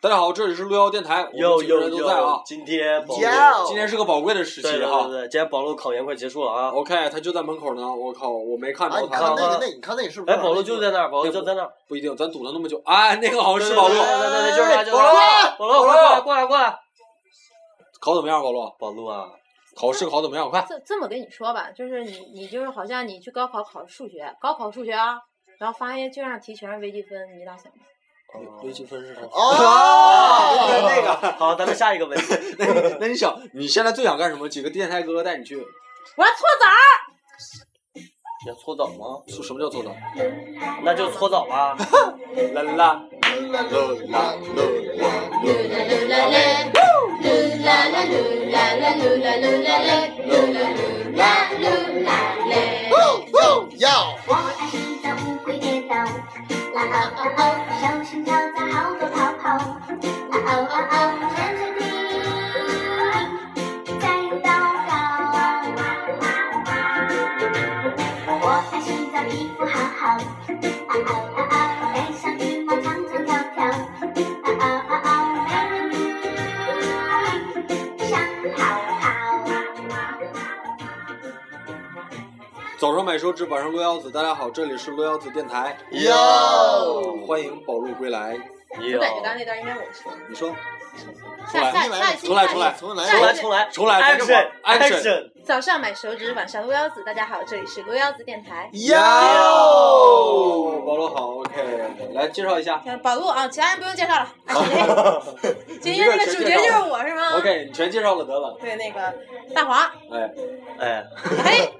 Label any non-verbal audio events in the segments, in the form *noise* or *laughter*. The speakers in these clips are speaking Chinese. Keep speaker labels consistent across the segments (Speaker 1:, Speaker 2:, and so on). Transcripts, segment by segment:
Speaker 1: 大家好，这里是路遥电台，我们
Speaker 2: 又
Speaker 1: 几个
Speaker 2: 又
Speaker 1: 人都在啊
Speaker 2: 又，。今天保
Speaker 3: 哟
Speaker 1: 今天是个宝贵的时期哦
Speaker 2: 对对对
Speaker 1: 哈。
Speaker 2: 对，今天保路考研快结束了啊！
Speaker 1: OK，他就在门口呢，我靠，我没看
Speaker 3: 啊，
Speaker 1: 着
Speaker 3: 你
Speaker 1: 他，
Speaker 3: 看
Speaker 2: 看
Speaker 3: 那
Speaker 2: 到
Speaker 3: 个
Speaker 2: 他
Speaker 3: 那，你看那是不
Speaker 2: 哎，
Speaker 3: 是？
Speaker 2: 保路就在那儿，保路就在那儿。
Speaker 1: 不一定，咱堵了那么久，哎，那个好像是保路
Speaker 2: 对，对对对对，就是他，就是他。保
Speaker 1: 保路
Speaker 2: 路，保路，过来，过来，过来。
Speaker 1: 考怎么样，保路？
Speaker 2: 保路啊，
Speaker 1: 考试考怎么样？快，
Speaker 4: 这这么跟你说吧，就是你你就是好像你去高考考数学，高考数学啊，然后发现卷上题全是微积分，你咋想的？
Speaker 1: 微积分是啥？
Speaker 2: *laughs*
Speaker 3: 哦，
Speaker 1: 对对那
Speaker 2: 个。好，咱们下一个问题。
Speaker 1: 那你 *laughs* 那你想，你现在最想干什么？几个电台哥哥带你去？
Speaker 4: 我要搓澡儿，
Speaker 2: 你要搓澡吗？
Speaker 1: 说什么叫做到？
Speaker 2: *laughs* 那就搓澡吧。
Speaker 1: 啦啦
Speaker 3: 哦要
Speaker 5: 我爱上的乌龟跌倒，啦哦哦哦，手心飘着好多泡泡，啦哦哦哦，沉水地，加油祷告。我爱上的皮肤好好，啦哦哦哦，背上羽毛长长条条，啦哦哦哦，美人鱼上泡泡。
Speaker 1: 早上买手指，晚上撸腰子。大家好，这里是撸腰子电台，
Speaker 3: 哟
Speaker 1: 欢迎宝路归来。
Speaker 2: 耶
Speaker 4: 我感觉刚刚那段应该我说。
Speaker 1: 你说，
Speaker 4: 下下下一期
Speaker 1: 重来
Speaker 4: 下一期
Speaker 1: 重来
Speaker 2: 重
Speaker 3: 重来
Speaker 2: 来，重来，
Speaker 1: 重来重来
Speaker 2: Action！Action！
Speaker 4: 早上买手指，晚上撸腰子。大家好，这里是撸腰子电台。
Speaker 1: 哟，保罗好，OK，来介绍一下。
Speaker 4: 像宝路啊，其他人不用介绍了。 *laughs*
Speaker 1: *laughs*
Speaker 4: 今天这个主角就是我是吗
Speaker 1: OK，你全介绍了得了。
Speaker 4: 对，那个大黄，
Speaker 1: 哎
Speaker 2: 哎
Speaker 4: 嘿，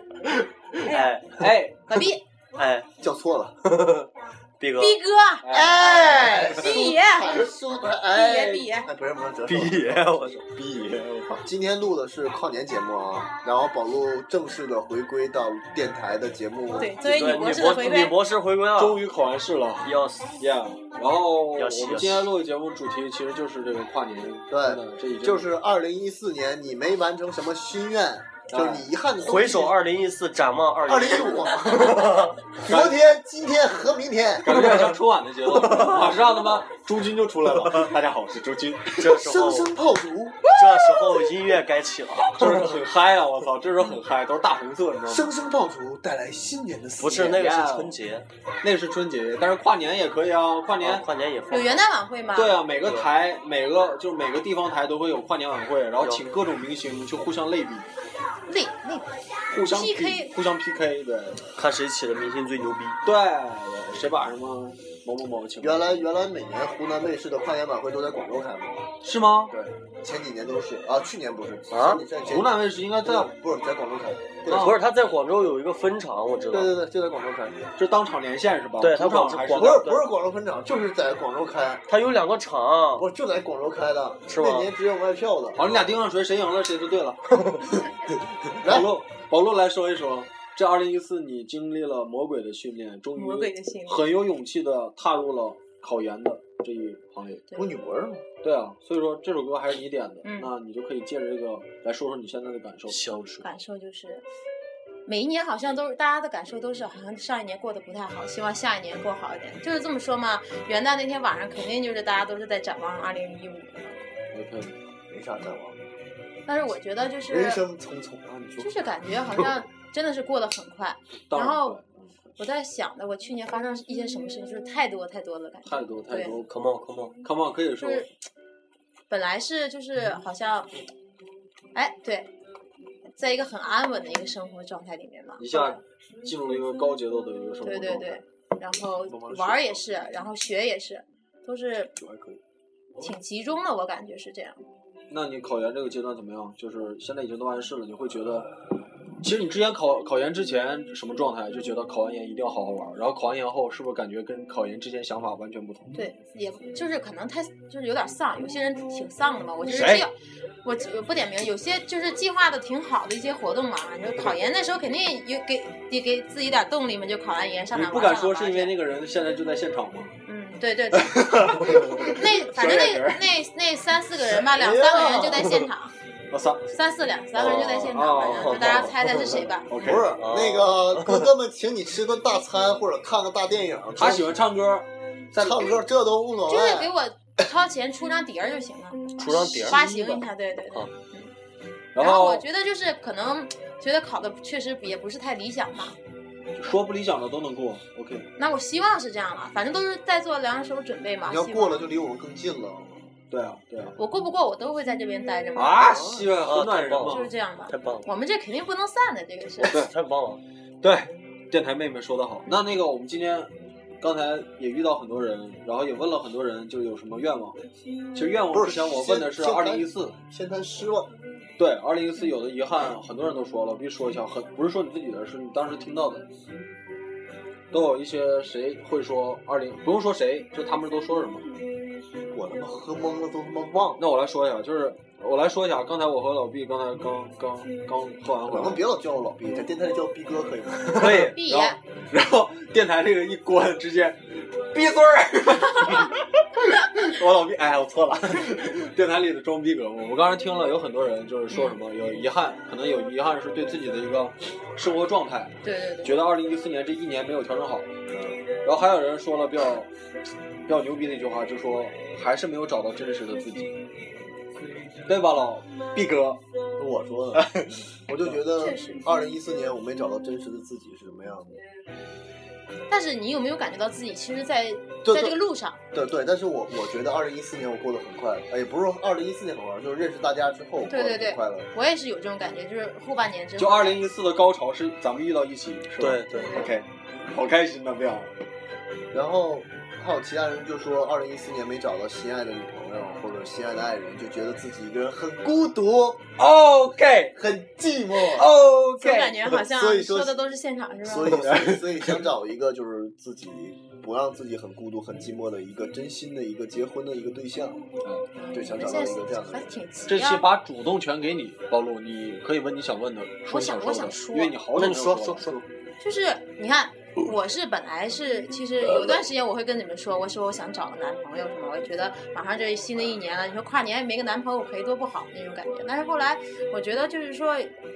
Speaker 4: 哎呀，
Speaker 2: 哎
Speaker 1: 哎
Speaker 4: 隔壁
Speaker 2: 哎，
Speaker 3: 叫错了，
Speaker 2: 毕哥，
Speaker 4: 逼哥，
Speaker 1: 哎，
Speaker 3: 哎，
Speaker 4: 逼爷，
Speaker 3: 苏台，哎，
Speaker 4: 毕业毕业
Speaker 3: 哎，不是不是，
Speaker 2: 毕
Speaker 3: 毕
Speaker 2: 业，我操！
Speaker 3: 毕业，我靠！今天录的是跨年节目啊，然后宝路正式的回归到电台的节目，
Speaker 4: 对，作为
Speaker 2: 对
Speaker 4: 女博士的
Speaker 2: 博
Speaker 4: 回
Speaker 2: 女
Speaker 4: 归，
Speaker 2: 博士回归了。啊
Speaker 1: 终于考完试了。
Speaker 2: 要
Speaker 1: Yeah，然后我
Speaker 2: 要
Speaker 1: 们
Speaker 2: 洗
Speaker 1: 今天录的节目主题其实就是这个跨年，真的，这已经
Speaker 3: 就是二零一四年你没完成什么心愿，就是你遗憾的
Speaker 2: 回首二零一四，展望二
Speaker 3: 二零
Speaker 2: 零
Speaker 3: 一
Speaker 2: *laughs*
Speaker 3: 五，昨天、今天和明天，
Speaker 1: 感觉有点像春晚的节目，马上他妈朱军就出来了。大家好，我是朱军，
Speaker 2: 这时候
Speaker 3: 声，声炮
Speaker 2: 这
Speaker 3: 竹，
Speaker 2: 时候音乐该起了。
Speaker 1: *laughs* 就是很嗨啊！我操，这时候很嗨，都是大红色，你知道吗？
Speaker 3: 声声爆竹带来新年的
Speaker 2: 不是那个
Speaker 1: 啊
Speaker 2: 是春节，
Speaker 1: 那是春节，但是跨年也可以啊，跨
Speaker 2: 啊
Speaker 1: 年。
Speaker 2: 跨年也放
Speaker 4: 有。元旦晚会吗？
Speaker 1: 对啊，每个台每个就是每个地方台都会有跨年晚会，然后请各种明星去互相类比，
Speaker 4: 累累。
Speaker 1: 互相
Speaker 4: PK
Speaker 1: 比互相 PK，对
Speaker 2: 看谁起的明星最牛逼。
Speaker 1: 对，谁把什么某某某请
Speaker 3: 原来原来每年湖南卫视的跨年晚会都在广州开嘛，
Speaker 1: 是吗？
Speaker 3: 对，前几年都是啊，去年不是
Speaker 2: 啊哦
Speaker 1: 湖南卫视应该在
Speaker 3: 不是在广州开，对
Speaker 1: 啊
Speaker 2: 不是他在广州有一个分厂，我知道
Speaker 3: 对。对对，就在广州开，
Speaker 1: 就当场连线是吧？
Speaker 2: 对他
Speaker 1: 主场
Speaker 2: 广是
Speaker 1: 还是
Speaker 2: 广
Speaker 3: 不是不是广州分厂，就是在广州开，啊
Speaker 2: 他有两个厂
Speaker 3: 不，是就在广州开的，
Speaker 2: 是吗
Speaker 3: 那年只有卖票的，
Speaker 1: 好，你俩盯上谁，谁赢了谁就对了。保
Speaker 3: 来
Speaker 1: 罗，保罗来说一说，这二零一四你经历了魔鬼的训练，终
Speaker 4: 魔鬼
Speaker 1: 于
Speaker 4: 的心理，
Speaker 1: 很有勇气的踏入了考研的这一行列。
Speaker 3: 不是女博士吗？
Speaker 1: 对啊，所以说这首歌还是你点的，
Speaker 4: 嗯
Speaker 1: 那你就可以借着这个来说说你现在的感受。
Speaker 2: 销售
Speaker 4: 感受就是，每一年好像都是大家的感受都是，好像上一年过得不太好，希望下一年过好一点，就是这么说嘛。元旦那天晚上，肯定就是大家都是在展望二零一五。
Speaker 1: OK，
Speaker 3: 没啥展望，
Speaker 4: 但是我觉得就是，
Speaker 3: 人生匆匆啊，你
Speaker 4: *laughs*
Speaker 3: 说
Speaker 4: 就。是感觉好像真的是过得很快。
Speaker 1: 当
Speaker 4: 然后
Speaker 1: 对
Speaker 4: 我在想的，我去年发生一些什么事情，就是太多太多了，感觉
Speaker 1: 太多太多
Speaker 2: ，come on，come on，
Speaker 1: ，Come on，可以说
Speaker 4: 就是本来是就是好像，哎，对，在一个很安稳的一个生活状态里面嘛，
Speaker 1: 一下进入了一个高节奏的一个生活
Speaker 4: 对
Speaker 1: 状态。
Speaker 4: 对对，然后
Speaker 3: 慢慢地
Speaker 4: 玩儿
Speaker 3: 学
Speaker 4: 也是，然后学也是，都是
Speaker 3: 就还可以。
Speaker 4: 挺集中的，我感觉是这样。
Speaker 1: 那你考研这个阶段怎么样？就是现在已经都完事了，你会觉得，其实你之前考考研之前什么状态？就觉得考完研一定要好好玩儿，然后考完研后是不是感觉跟考研之前想法完全不同？
Speaker 4: 对，也就是可能太就是有点丧，有些人挺丧的嘛。我就是
Speaker 2: 谁
Speaker 4: 计，我我不点名，有些就是计划的挺好的一些活动嘛，你说考研那时候肯定有给得给自己点动力嘛，就考完研上
Speaker 1: 你
Speaker 4: 哪玩
Speaker 1: 不
Speaker 4: 儿
Speaker 1: 敢
Speaker 4: 上
Speaker 1: 说
Speaker 4: 哪
Speaker 1: 是
Speaker 4: 玩儿
Speaker 1: 因为
Speaker 4: 去
Speaker 1: 那个人现在就在现场吗？
Speaker 4: 嗯，对对对，
Speaker 1: *laughs*
Speaker 4: 那反正那那那三四个人吧，两三个人就在现场，
Speaker 1: 我操！
Speaker 4: 三四两三个人就在现场，
Speaker 1: 哦
Speaker 4: 反正就大家猜猜是谁吧。
Speaker 1: OK
Speaker 3: 不是 *laughs* 那个哥哥们，请你吃顿 *laughs* 大餐或者看个大电影。
Speaker 1: 他喜欢唱歌，在
Speaker 3: 唱歌，这都无所
Speaker 1: 哦
Speaker 4: 就是给
Speaker 3: 谓。
Speaker 4: 我掏钱出张碟儿就行了，
Speaker 2: 出张碟儿
Speaker 4: 发行一下，对对对
Speaker 2: 啊。
Speaker 1: 然
Speaker 4: 后
Speaker 1: 后
Speaker 4: 我觉得就是可能觉得考的确实也不是太理想吧，
Speaker 1: 说不理想的都能过，OK。
Speaker 4: 那我希望是这样了，反正都是在做两手准备嘛。
Speaker 3: 你要
Speaker 4: 希望
Speaker 3: 过了就离我们更近了。
Speaker 1: 对啊，对啊。
Speaker 4: 我过不过我都会在这边待着嘛，
Speaker 1: 啊，西安很暖人嘛
Speaker 4: 就。是这样吧。
Speaker 2: 太棒了，
Speaker 4: 我们这肯定不能散的，这个是。
Speaker 1: 对
Speaker 2: 太棒了，
Speaker 1: 对，电台妹妹说的好。那那个，我们今天刚才也遇到很多人，然后也问了很多人，就是有什么愿望。其实愿望
Speaker 3: 不
Speaker 1: 之
Speaker 3: 是
Speaker 1: 前我问的是
Speaker 3: 先
Speaker 1: 二零一四，
Speaker 3: 先谈失望，
Speaker 1: 对，二零一四有的遗憾，很多人都说了，我必须说一下，很不是说你自己的，是你当时听到的，都有一些谁会说二零，不用说谁，就他们都说什么。
Speaker 3: 我他妈喝懵了，都他妈忘了。
Speaker 1: 那我来说一下，就是我来说一下，刚才我和老毕刚才刚刚刚喝完回
Speaker 3: 我们
Speaker 1: 来，
Speaker 3: 别老叫我老毕，在电台里叫我逼哥可以吗？ *laughs*
Speaker 1: 可以，
Speaker 4: 闭
Speaker 1: 然
Speaker 4: 眼
Speaker 1: 后然后电台这个一关，直接逼嘴儿， *laughs* 我老毕，哎，我错了，电台里的装逼哥们，我刚才听了有很多人就是说什么有遗憾，可能有遗憾是对自己的一个生活状态，
Speaker 4: 对对对，
Speaker 1: 觉得二零一四年这一年没有调整好，然后还有人说了比较比较牛逼的一句话，就说还是没有找到真实的自己，对吧，老毕哥？
Speaker 3: 我
Speaker 2: *laughs*
Speaker 3: 说的，我就觉得
Speaker 4: 确实
Speaker 3: 二零一四年我没找到真实的自己是什么样的。
Speaker 4: 但是你有没有感觉到自己其实在，
Speaker 3: 对
Speaker 4: 在
Speaker 3: 对
Speaker 4: 这个路上，
Speaker 3: 对对，但是我我觉得二零一四年我过得很快乐，哎，也不是说二零一四年很快乐，就是认识大家之后我过
Speaker 4: 对
Speaker 3: 得
Speaker 4: 对对
Speaker 3: 很快乐。
Speaker 4: 我也是有这种感觉，就是后半年之后，
Speaker 1: 就二零一四的高潮是咱们遇到一起，是吧？
Speaker 2: 对对，
Speaker 1: ，OK，好开心呐，这样。
Speaker 3: 然后还有其他人就说二零一四年没找到心爱的女朋友或者心爱的爱人，就觉得自己一个人很孤独、
Speaker 1: OK
Speaker 3: 很寂寞。
Speaker 2: 啊
Speaker 4: 就感
Speaker 1: OK，
Speaker 4: 觉好像
Speaker 3: 所以说
Speaker 4: 说的都是现场是吧？
Speaker 3: 所以，所以，所以想找一个就是自己不让自己很孤独、很寂寞的一个真心的一个结婚的一个对象。对想
Speaker 4: 我们
Speaker 3: 找到
Speaker 4: 嗯现在
Speaker 3: 一个这样的
Speaker 4: 还
Speaker 3: 人。
Speaker 4: 挺急
Speaker 1: 这期
Speaker 4: 啊。
Speaker 1: 把主动权给你，暴露，你可以问你想问的，说你说
Speaker 4: 我想
Speaker 1: 的
Speaker 4: 我想，说
Speaker 1: 因为你好久没
Speaker 2: 那你
Speaker 1: 有
Speaker 2: 说
Speaker 1: 了
Speaker 2: 说说，
Speaker 4: 就是你看，我是本来是，其实有段时间我会跟你们说，我说我想找个男朋友什么，我觉得马上这新的一年了，你说跨年也没个男朋友陪多不好那种感觉。但是后来我觉得就是说，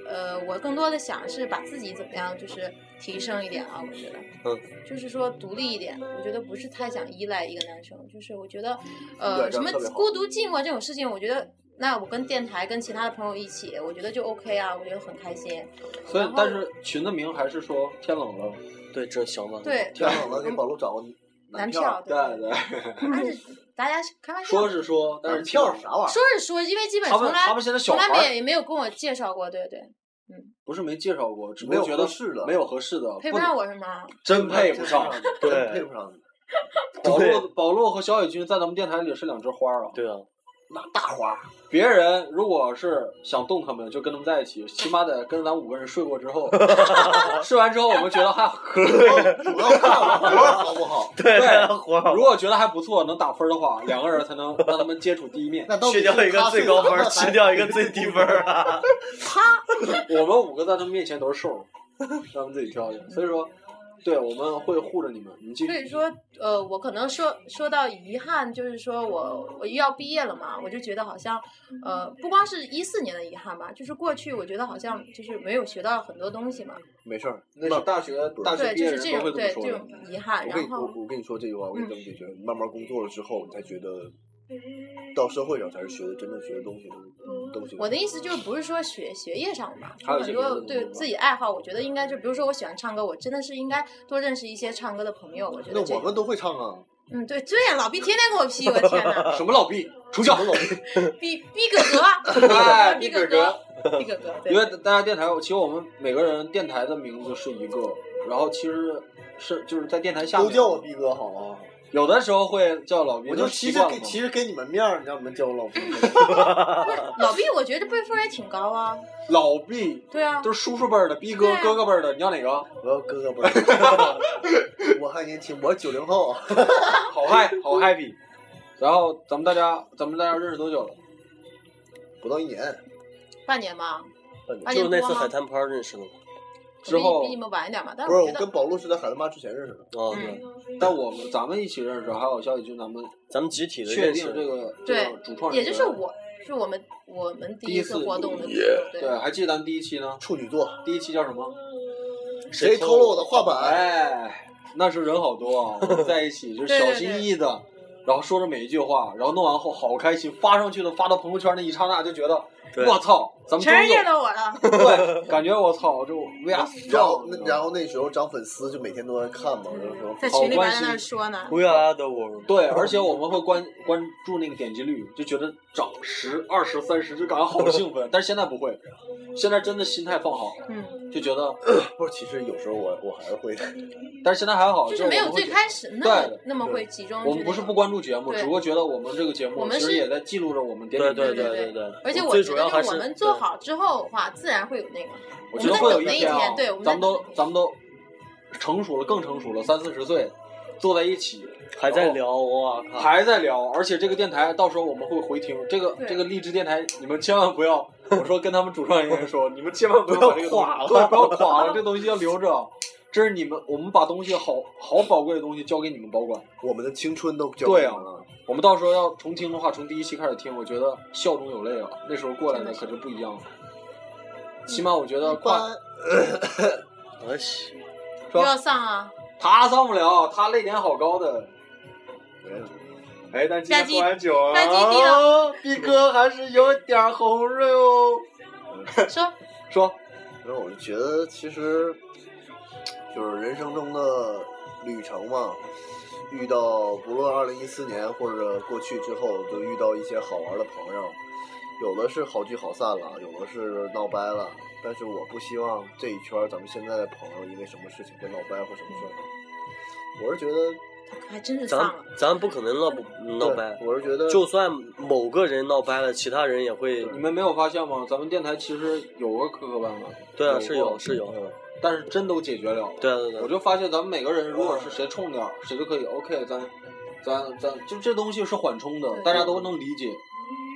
Speaker 4: 呃，我更多的想是把自己怎么样，就是提升一点啊，我觉得，
Speaker 2: 嗯，
Speaker 4: 就是说独立一点。我觉得不是太想依赖一个男生，就是我觉得，
Speaker 3: 对
Speaker 4: 呃，
Speaker 3: 这样
Speaker 4: 什么
Speaker 3: 特别好
Speaker 4: 孤独寂寞这种事情，我觉得。那我跟电台跟其他的朋友一起，我觉得就 OK 啊，我觉得很开心。
Speaker 1: 所以
Speaker 4: 然后
Speaker 1: 但是群的名还是说天冷了，
Speaker 2: 对，这行吧，
Speaker 4: 对，
Speaker 3: 这样我给宝路找个男
Speaker 4: 男
Speaker 3: 票，
Speaker 4: 票
Speaker 1: 对对，
Speaker 4: 但是大家是开玩
Speaker 1: 嗯
Speaker 4: 笑
Speaker 1: 说，是 *laughs* 说，但
Speaker 3: 但
Speaker 1: 是
Speaker 3: 是票
Speaker 1: 其
Speaker 3: 是
Speaker 1: 实
Speaker 3: 啥玩意
Speaker 4: 说是说，因为基本
Speaker 1: 他
Speaker 4: 从
Speaker 1: 们
Speaker 4: 来
Speaker 1: 他们现在小
Speaker 4: 从来
Speaker 1: 孩
Speaker 4: 没
Speaker 1: 儿
Speaker 4: 也没有跟我介绍过，对对，
Speaker 1: 不是没介绍过，只
Speaker 3: 儿？
Speaker 1: 不过觉得
Speaker 3: 是的，
Speaker 1: 没有合适的，
Speaker 4: 配
Speaker 1: 不
Speaker 4: 不
Speaker 1: 能
Speaker 4: 上我是啊吗？
Speaker 1: 真配不上。，
Speaker 3: 真配不上。
Speaker 1: 保
Speaker 2: 对
Speaker 1: 罗保罗和小野君在咱们电台里是两枝花啊。
Speaker 2: 对啊，
Speaker 3: 那大花，
Speaker 1: 别人如果是想动他们，就跟他们在一起，起码得跟咱五个人睡过之 *laughs* 后，睡完之后我们觉得还合。
Speaker 3: 主要
Speaker 1: *laughs*
Speaker 3: 看我活儿好不好？
Speaker 2: 对啊
Speaker 1: 对
Speaker 2: 活
Speaker 1: 如果觉得还不错，能打分的话，两个人才能 *laughs* 让他们接触第一面。
Speaker 3: 那到底
Speaker 2: 去
Speaker 3: 是
Speaker 2: 掉一个
Speaker 3: 他
Speaker 2: 最
Speaker 3: 睡
Speaker 2: 高
Speaker 3: 着
Speaker 1: *laughs*
Speaker 2: 分儿，
Speaker 3: 了
Speaker 2: 去
Speaker 3: 还
Speaker 2: 掉一个最低分儿啊！
Speaker 1: 我们五个在他们面前都是瘦， *laughs* 让他们自己挑去。所以说，对我们会护着你们。你继
Speaker 4: 所
Speaker 1: 续。
Speaker 4: 以说，呃，我可能说说到遗憾，就是说我我又要毕业了嘛，我就觉得好像，呃，不光是一四年的遗憾吧，就是过去我觉得好像就是没有学到很多东西嘛，
Speaker 3: 没事儿，
Speaker 1: 那是大学大学
Speaker 4: 对，
Speaker 1: 毕
Speaker 4: 就
Speaker 1: 业
Speaker 4: 是
Speaker 1: 人都
Speaker 4: 这
Speaker 1: 会
Speaker 4: 种
Speaker 1: 这么
Speaker 4: 对
Speaker 1: 说
Speaker 4: 这
Speaker 1: 的
Speaker 4: 种。遗憾，
Speaker 3: 我跟
Speaker 4: 然
Speaker 3: 你我
Speaker 4: 后嗯
Speaker 3: 我跟你说这句话，我给你这么解决。你慢慢工作了之后，你才觉得到社会上才是学的真正学的东西的东西。
Speaker 4: 我的意思就是，不是说学学业上吧，
Speaker 1: 还有一嗯些
Speaker 4: 很
Speaker 1: 别的
Speaker 4: 多
Speaker 1: 东西
Speaker 4: 对
Speaker 1: 吧
Speaker 4: 自己爱好，我觉得应该就，比如说我喜欢唱歌，我真的是应该多认识一些唱歌的朋友。我觉
Speaker 3: 那
Speaker 4: 得这
Speaker 3: 我，们都会唱啊，
Speaker 4: 嗯，对对呀，老毕天天跟我 P，我天哪，
Speaker 1: *laughs* 什么老毕，出校。
Speaker 4: 逼逼哥哥，
Speaker 1: 哎
Speaker 4: 逼
Speaker 1: 逼
Speaker 4: 哥
Speaker 1: 哥
Speaker 4: 哥，逼哥哥，对
Speaker 1: 因为大家电台，其实我们每个人电台的名字是一个，然后其实是就是在电台下
Speaker 3: 都
Speaker 1: 面，
Speaker 3: 叫我逼哥好吗？
Speaker 1: 有的时候会叫老毕，
Speaker 3: 我就
Speaker 1: 都
Speaker 3: 其
Speaker 1: 习
Speaker 3: 实
Speaker 1: 惯了
Speaker 3: 给
Speaker 1: 嘛
Speaker 3: 其实给你们面儿，你让你们叫我老逼哥。
Speaker 4: 老毕，我觉得辈分也挺高啊，
Speaker 1: 老毕
Speaker 4: 对啊，
Speaker 1: 都是叔叔辈儿的，逼哥
Speaker 4: 对啊
Speaker 1: 哥哥辈儿的，你要哪个？
Speaker 3: *laughs* 我要哥哥不
Speaker 1: *laughs*
Speaker 3: 是，我还年轻，我九零后。
Speaker 1: 好嗨，好 happy。然后咱们大家，咱们大家认识多久了？
Speaker 3: 不到一年，
Speaker 4: 半年吧，半
Speaker 2: 就是
Speaker 4: 年多
Speaker 2: 那次海
Speaker 4: 啊吗？
Speaker 2: 滩趴认识的嘛。
Speaker 1: 之后
Speaker 4: 比你们晚一点嘛，但
Speaker 3: 不
Speaker 4: 是
Speaker 3: 是
Speaker 4: 我
Speaker 3: 我
Speaker 4: 觉得
Speaker 3: 跟，宝路是在海德妈之前认识的。
Speaker 2: 哦，对，
Speaker 4: 嗯，
Speaker 1: 但我们咱们一起认识，还有小野君，咱们
Speaker 2: 咱们集体的
Speaker 1: 确
Speaker 2: 认
Speaker 1: 定
Speaker 2: 识
Speaker 1: 这个这
Speaker 4: 对
Speaker 1: 个主创人
Speaker 4: 也
Speaker 1: 员，
Speaker 4: 就是我，是我们我们第
Speaker 1: 第
Speaker 4: 一
Speaker 1: 一
Speaker 4: 次
Speaker 1: 次
Speaker 4: 活动的时候，对
Speaker 1: 对，还啊记得咱们第一期呢？
Speaker 3: 处女座，
Speaker 1: 第一期叫什么？
Speaker 4: 嗯
Speaker 3: 谁偷了我的画板？
Speaker 4: *laughs*
Speaker 1: 哎，那时候人好多啊，我们在一起就是
Speaker 4: 对
Speaker 1: 小
Speaker 4: 对
Speaker 1: 心
Speaker 4: 对
Speaker 1: 翼翼的然后说着每一句话，然后弄完后好开心，发上去了，发到朋友圈那一刹那就觉得，
Speaker 2: 对
Speaker 1: 我操，咱们
Speaker 4: 全世界
Speaker 1: 终
Speaker 4: 都
Speaker 1: *laughs*
Speaker 4: 我了，
Speaker 1: 于对，感觉我操，就 we are
Speaker 3: 然后
Speaker 1: strong，
Speaker 3: 那然后那时候涨粉丝就每天都在看嘛，就是说
Speaker 4: 嗯在群里边在那儿说呢，
Speaker 2: We are the world。
Speaker 1: 对，而且我们会关关注那个点击率，就觉得涨十、二十、三十，就感觉好兴奋。但是现在不会，现在真的心态放好了，
Speaker 4: 嗯，
Speaker 1: 就觉得，
Speaker 3: 不是，其实有时候我我还是会的。
Speaker 1: 但是现在还好，
Speaker 4: 就是
Speaker 1: 我
Speaker 4: 没有
Speaker 1: 们会
Speaker 4: 最
Speaker 1: 觉
Speaker 4: 开始那么
Speaker 1: 对
Speaker 4: 那么会集中。
Speaker 1: 我们不是不，关注节目，
Speaker 4: 对
Speaker 1: 只不过觉得我们这个节
Speaker 4: 我
Speaker 1: 目
Speaker 4: 们
Speaker 1: 其
Speaker 4: 是
Speaker 1: 实也在记录着我们点
Speaker 2: 对
Speaker 1: 点
Speaker 2: 对
Speaker 1: 滴滴。
Speaker 2: 对对对。
Speaker 4: 而且我
Speaker 2: 最
Speaker 4: 觉
Speaker 2: 主
Speaker 4: 得
Speaker 2: 要还
Speaker 4: 就是我们做好之后的话，自然会有那个。
Speaker 1: 我
Speaker 4: 我
Speaker 1: 觉
Speaker 4: 们
Speaker 1: 得
Speaker 4: 在
Speaker 1: 会有
Speaker 4: 等
Speaker 1: 一
Speaker 4: 那一
Speaker 1: 天啊
Speaker 4: 天，对，我们
Speaker 1: 咱们
Speaker 4: 在
Speaker 1: 都咱们都成熟了，更成熟了，三四十岁，坐在一起
Speaker 2: 还在聊，我靠！
Speaker 1: 哦还在聊，而且这个电台到时候我们会回听这个
Speaker 4: 对
Speaker 1: 这个励志电台，你们千万不
Speaker 2: *laughs*
Speaker 1: 要，我说跟他们主创人员说，你们千万不
Speaker 2: 不要
Speaker 1: 把这个东西
Speaker 2: 垮了
Speaker 1: 对，不要垮了，这东西要留着。这是你们，我们把东西好好宝贵的东西交给你们保管。
Speaker 3: 我们的青春都交
Speaker 1: 对
Speaker 3: 啊
Speaker 1: 啊，我们到时候要重听的话，从第一期开始听，我觉得笑中有泪啊，那时候过来的可就不一样了。起码我觉
Speaker 4: 嗯
Speaker 1: 得
Speaker 3: 一
Speaker 1: 快，
Speaker 3: 般
Speaker 2: 哎西
Speaker 1: 说
Speaker 4: 又要上啊，
Speaker 1: 他上不了，他泪点好高的。哎，但今
Speaker 4: 吧
Speaker 1: 天
Speaker 4: 唧
Speaker 1: 喝完酒啊
Speaker 4: 吧唧地了，
Speaker 1: 毕哥还是有点红润哦。
Speaker 4: 说
Speaker 1: 说，
Speaker 3: 因为我就觉得其实就是人生中的旅程嘛，遇到不论二零一四年或者过去之后，都遇到一些好玩的朋友，有的是好聚好散了，有的是闹掰了。但是我不希望这一圈儿咱们现在的朋友因为什么事情会闹掰或什么事儿。我是觉得，
Speaker 4: 还真是上啊
Speaker 2: 咱
Speaker 4: 了，
Speaker 2: 咱不可能闹不闹掰
Speaker 3: 对，我是觉得，
Speaker 2: 就算某个人闹掰了，其他人也会。
Speaker 1: 你们没有发现吗？咱们电台其实有个磕磕绊绊，
Speaker 2: 对啊，
Speaker 1: 有
Speaker 2: 是
Speaker 1: 过
Speaker 2: 有是有。
Speaker 1: 但是真都解决了。
Speaker 2: 对啊对
Speaker 1: 我
Speaker 2: 对。
Speaker 1: 就发现咱们每个人，如果是谁冲点儿，谁就可以 OK，咱咱咱就这东西是缓冲的，
Speaker 4: 对
Speaker 1: 大家都能理解。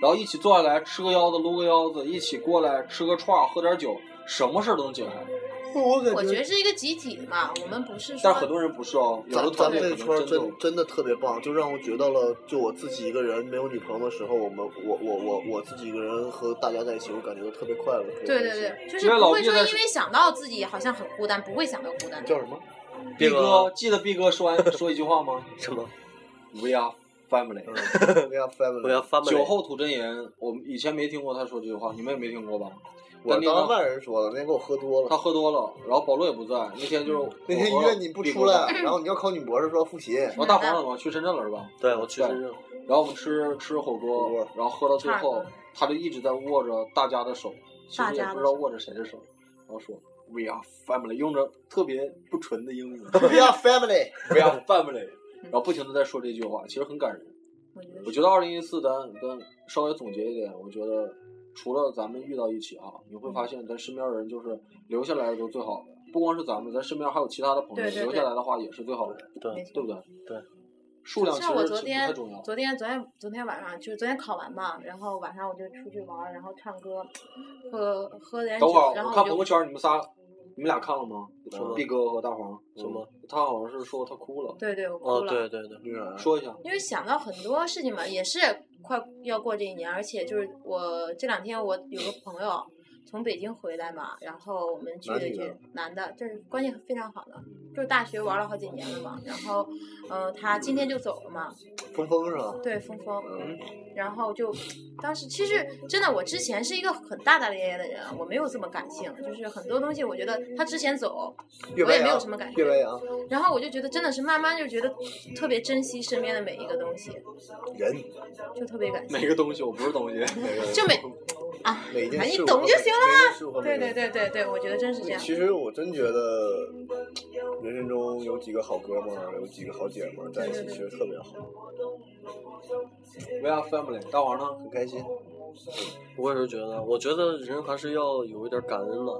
Speaker 1: 然后一起坐下来吃个腰子，撸个腰子，一起过来吃个串儿，喝点酒，什么事儿都能解开。
Speaker 3: 我感
Speaker 4: 我觉得是一个集体的嘛，我们不是说
Speaker 1: 但是很多人不是哦，有
Speaker 3: 咱
Speaker 1: 的
Speaker 3: 咱
Speaker 1: 团
Speaker 3: 们
Speaker 1: 队
Speaker 3: 这
Speaker 1: 可
Speaker 3: 个
Speaker 1: 能
Speaker 3: 圈儿
Speaker 1: 真的
Speaker 3: 真真的特别棒，就让我觉到了，就我自己一个人没有女朋友的时候，我们我我我我自己一个人和大家在一起，我感觉到特别快乐。特别
Speaker 4: 对
Speaker 3: 开
Speaker 4: 对
Speaker 3: 心。
Speaker 4: 对，就是
Speaker 1: 因为
Speaker 4: 不
Speaker 1: 老
Speaker 4: 会
Speaker 1: 毕
Speaker 4: 说
Speaker 1: 在
Speaker 4: 因为想到自己好像很孤单，不会想到孤单。
Speaker 3: 叫什么？
Speaker 1: 毕
Speaker 2: 毕
Speaker 1: 哥
Speaker 2: 哥
Speaker 1: 记得毕哥说完说一句话吗
Speaker 2: 什么？
Speaker 1: ？We are family。 *laughs*
Speaker 3: We
Speaker 2: 我要
Speaker 3: are family。
Speaker 2: 翻本。
Speaker 1: 酒后吐真言，我们以前没听过他说这句话，你们也没听过吧？
Speaker 3: 我
Speaker 1: 但那个
Speaker 3: 当外人说的，那天给我喝多
Speaker 1: 他
Speaker 3: 了。
Speaker 1: 喝多了，然后保罗也不在，那天就是我
Speaker 3: 嗯那天
Speaker 1: 和
Speaker 3: 约你不
Speaker 1: 毕
Speaker 3: 出
Speaker 1: 哥
Speaker 3: 来，然后你要考女博士，说要复
Speaker 1: *laughs*
Speaker 3: 习。
Speaker 1: 然后大黄怎么去深圳了是吧？
Speaker 2: 对，我去
Speaker 1: 对
Speaker 2: 深圳。哦
Speaker 1: 然后我们吃吃火
Speaker 3: 火
Speaker 1: 锅
Speaker 3: 锅，
Speaker 1: 然后喝到最
Speaker 4: 差
Speaker 1: 后
Speaker 4: 点儿，
Speaker 1: 他就一直在握着大家的手，其
Speaker 4: 大
Speaker 1: 实也
Speaker 4: 家的
Speaker 1: 不知道握着谁的手，然后说 We are family，用着特别不纯的
Speaker 3: *laughs*
Speaker 1: 英语
Speaker 3: We
Speaker 1: *laughs*
Speaker 3: are family。
Speaker 1: We are family，然后不停的在说这句话，其实很感人。
Speaker 4: 我觉得
Speaker 1: 我
Speaker 4: 是
Speaker 1: 觉得二零一四咱咱稍微总结一点，我觉得除了咱们遇到一起啊，你会
Speaker 4: 嗯
Speaker 1: 发现咱身边的人就是留下来的都最好的，不光是咱们，咱身边还有其他的朋友
Speaker 4: 对对对
Speaker 1: 留下来的话也是最好的，
Speaker 4: 没
Speaker 2: 对。
Speaker 4: 错
Speaker 1: 对不对？
Speaker 2: 对，
Speaker 1: 数量其
Speaker 4: 像我昨
Speaker 1: 实挺
Speaker 4: 天
Speaker 1: 太重要。
Speaker 4: 昨天昨天昨天晚上就是昨天考完嘛，然后晚上我就出去玩儿，然后唱歌，喝喝点
Speaker 1: 等会
Speaker 4: 酒，
Speaker 1: 儿
Speaker 4: 然
Speaker 1: 我
Speaker 4: 后
Speaker 1: 看朋友
Speaker 4: 我就
Speaker 1: 圈，你们仨，你们俩看了吗
Speaker 2: 什么？
Speaker 1: 毕哥和大黄
Speaker 2: 嗯
Speaker 1: 嗯
Speaker 2: 什么？
Speaker 1: 他好像是说他哭了，
Speaker 4: 对对我
Speaker 2: 哦
Speaker 4: 哭，
Speaker 2: 对
Speaker 4: 了，
Speaker 2: 对对。
Speaker 3: 啊
Speaker 1: 说一下。
Speaker 4: 因为想到很多事情嘛，也是快要过这一年，而且就是我这两天我有个朋友从北京回来嘛，然后我们聚了
Speaker 3: 男女
Speaker 4: 聚
Speaker 3: 的，
Speaker 4: 男的，就是关系非常好的，就是大学玩了好几年了嘛，然后嗯、呃他今天就走了嘛，
Speaker 3: 峰峰是吧？
Speaker 4: 对，峰峰
Speaker 3: 嗯，
Speaker 4: 然后就当时其实真的，我之前是一个很大大咧咧的人，啊我没有这么感性，就是很多东西我觉得他之前走，
Speaker 3: 岳
Speaker 4: 我也
Speaker 3: 白
Speaker 4: 没有
Speaker 3: 杨
Speaker 4: 什。么感
Speaker 3: 岳白
Speaker 4: 觉，
Speaker 3: 杨，
Speaker 4: 然后我就觉得真的是慢慢就觉得特别珍惜身边的每一个东西，
Speaker 3: 人，
Speaker 4: 就特别感谢，
Speaker 1: 每个东西我不是东西，
Speaker 4: 就每啊，
Speaker 3: 每一件
Speaker 4: 哎你
Speaker 3: 事物
Speaker 4: 懂
Speaker 3: 和
Speaker 4: 就
Speaker 3: 每
Speaker 4: 行啊
Speaker 3: 每一件事物和每
Speaker 4: 对
Speaker 3: 个
Speaker 4: 对
Speaker 3: 人
Speaker 4: 对对对，我觉得真是这样，
Speaker 3: 其实我真觉得，人生中有几个好哥们儿，有几个好姐们儿在一起，其实特别好，
Speaker 1: We are family。大黄呢？
Speaker 3: 很开心。
Speaker 2: 我也是觉得，我觉得人还是要有一点感恩的。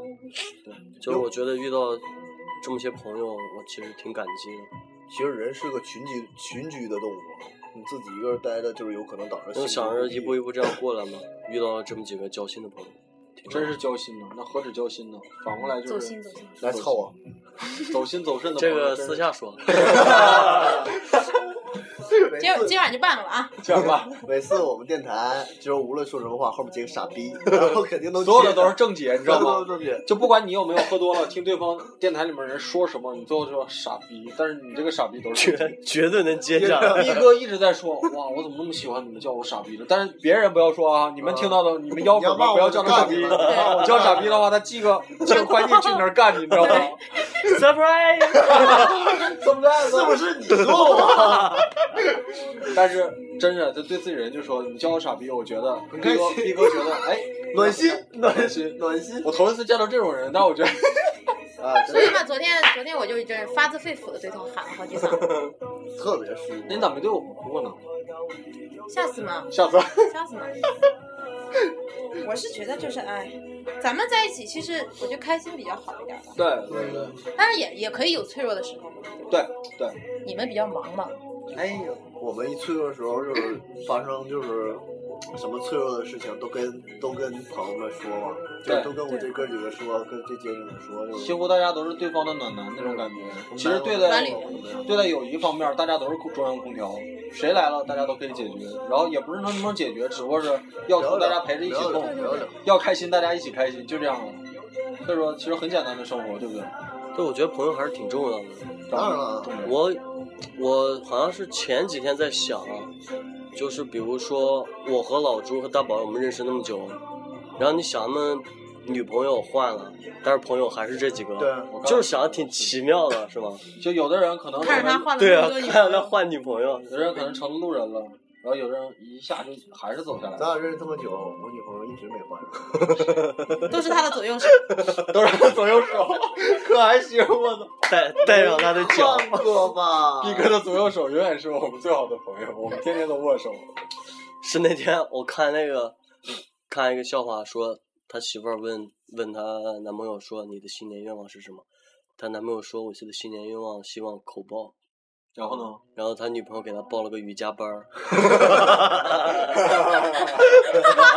Speaker 2: 对，就是我觉得遇到这么些朋友，我其实挺感激的。
Speaker 3: 其实人是个群居群居的动物，你自己一个人待着，就是有可能导致。
Speaker 2: 我想着一步一步这样过来嘛，遇到了这么几个交心的朋友，
Speaker 1: 真是交心呢，那何止交心呢？反过来就
Speaker 4: 走
Speaker 1: 是
Speaker 4: 心走心，
Speaker 3: 来操我，
Speaker 1: 走心走肾的朋
Speaker 2: 这
Speaker 1: *laughs* 友。真
Speaker 2: 个
Speaker 1: 是
Speaker 2: 私下说。
Speaker 4: *laughs*
Speaker 3: 每
Speaker 4: 今
Speaker 3: 次
Speaker 4: 今晚就办了吧啊！
Speaker 1: 这样吧，
Speaker 3: 每次我们电台就是无论说什么话，后面接个傻逼，然后肯定能接
Speaker 1: 所有的都是正解，你知道
Speaker 3: 所
Speaker 1: 吗
Speaker 3: 有的？都是正解
Speaker 1: 就不管你有没有喝多了，听对方电台里面人说什么，你最后就说傻逼，但是你这个傻逼都是正解。
Speaker 2: 绝绝对能接
Speaker 1: *laughs*
Speaker 2: 上。
Speaker 1: 一哥一直在说，哇，我怎么那么喜欢你们叫我傻逼呢？但是别人不要说啊，你们听到的，你们腰
Speaker 3: 嗯你要
Speaker 1: 粉
Speaker 3: 骂
Speaker 1: 吧
Speaker 3: 我
Speaker 1: 不要叫他傻逼，啊
Speaker 3: 我就干
Speaker 1: 我叫傻逼的话，他寄个寄个快递去你那儿干你，你知
Speaker 3: *laughs*
Speaker 1: 道吗？
Speaker 2: Surprise！
Speaker 1: 怎么办？
Speaker 3: 是不是你说我？
Speaker 1: 但是真是他对自己人就说，你叫我傻逼，我觉得
Speaker 3: 很
Speaker 1: 逼
Speaker 3: 开
Speaker 1: 哥
Speaker 3: 心
Speaker 1: 逼哥觉得哎
Speaker 3: *laughs* 暖心，
Speaker 1: *laughs* 暖心。
Speaker 3: 暖心
Speaker 1: 我头一次见到这种人，但我觉得哎
Speaker 3: 啊，
Speaker 4: 所
Speaker 3: 真
Speaker 4: 以嘛，昨天昨天我就真是发自肺腑的对他喊了好几嗓，
Speaker 3: 的特别舒
Speaker 1: 你
Speaker 3: 服。
Speaker 1: 咋没对我们哭过呢？
Speaker 4: 吓死嘛，
Speaker 1: 下次
Speaker 4: 吓死嘛！ *laughs* 我是觉得就是哎，咱们在一起其实我觉得开心比较好一点吧，
Speaker 1: 对对对
Speaker 4: 但是也也可以有脆弱的时候嘛。
Speaker 1: 对对，
Speaker 4: 你们比较忙嘛，
Speaker 3: 哎呦，我们一脆弱的时候就是发生就是。什么脆弱的事情都跟都跟朋友们说嘛，就
Speaker 1: 对
Speaker 3: 都跟我这哥几个说，跟这姐几个说，就是
Speaker 1: 几乎大家都是对方的暖男那种感觉。其实对
Speaker 4: 班
Speaker 1: 待
Speaker 4: 里
Speaker 1: 对待友谊方面，大家都是中央空调，谁来了大家都可以解决，然后也不是能不能解决，只不过是要
Speaker 3: 聊
Speaker 1: 痛大
Speaker 3: 聊
Speaker 1: 家陪着一起
Speaker 3: 聊聊
Speaker 1: 痛，
Speaker 3: 聊聊，
Speaker 1: 要开心大家一起开心，就这样了。所以说，其实很简单的生活，对不对？
Speaker 2: 对，我觉得朋友还是挺重要的。
Speaker 3: 当然了
Speaker 1: 对
Speaker 2: 我我好像是前几天在想啊，就是比如说我和老朱和大宝我们认识那么久，然后你想他们女朋友换了，但是朋友还是这几个，
Speaker 3: 对，
Speaker 1: 我
Speaker 2: 就是想的挺奇妙的，是吧？
Speaker 1: 就有的人可能
Speaker 4: 看着
Speaker 1: 成
Speaker 4: 他
Speaker 1: 为
Speaker 4: 换了
Speaker 2: 对
Speaker 4: 那
Speaker 2: 啊
Speaker 4: 么多，女
Speaker 2: 看着
Speaker 4: 朋
Speaker 2: 他
Speaker 4: 友，
Speaker 2: 换女朋友，
Speaker 1: 有的人可能成了路人了，然后有的人一下就还是走下来
Speaker 3: 咱
Speaker 1: 了，
Speaker 3: 俩认识这么久，我女朋友一直没换。
Speaker 4: 都是他的左右手。
Speaker 1: 都是左右手， *laughs* 可还行，我操！
Speaker 2: *laughs* 带带上他的脚，
Speaker 3: 换过吧
Speaker 1: 毕哥的左右手永远是我们最好的朋友，我们天天都握手。
Speaker 2: 是那天我看那个看一个笑话说，他媳妇儿问问她男朋友说你的新年愿望是什么？她男朋友说我现在新年愿望希望口爆，
Speaker 1: 然后呢？
Speaker 2: 然后他女朋友给他报了个瑜伽班儿，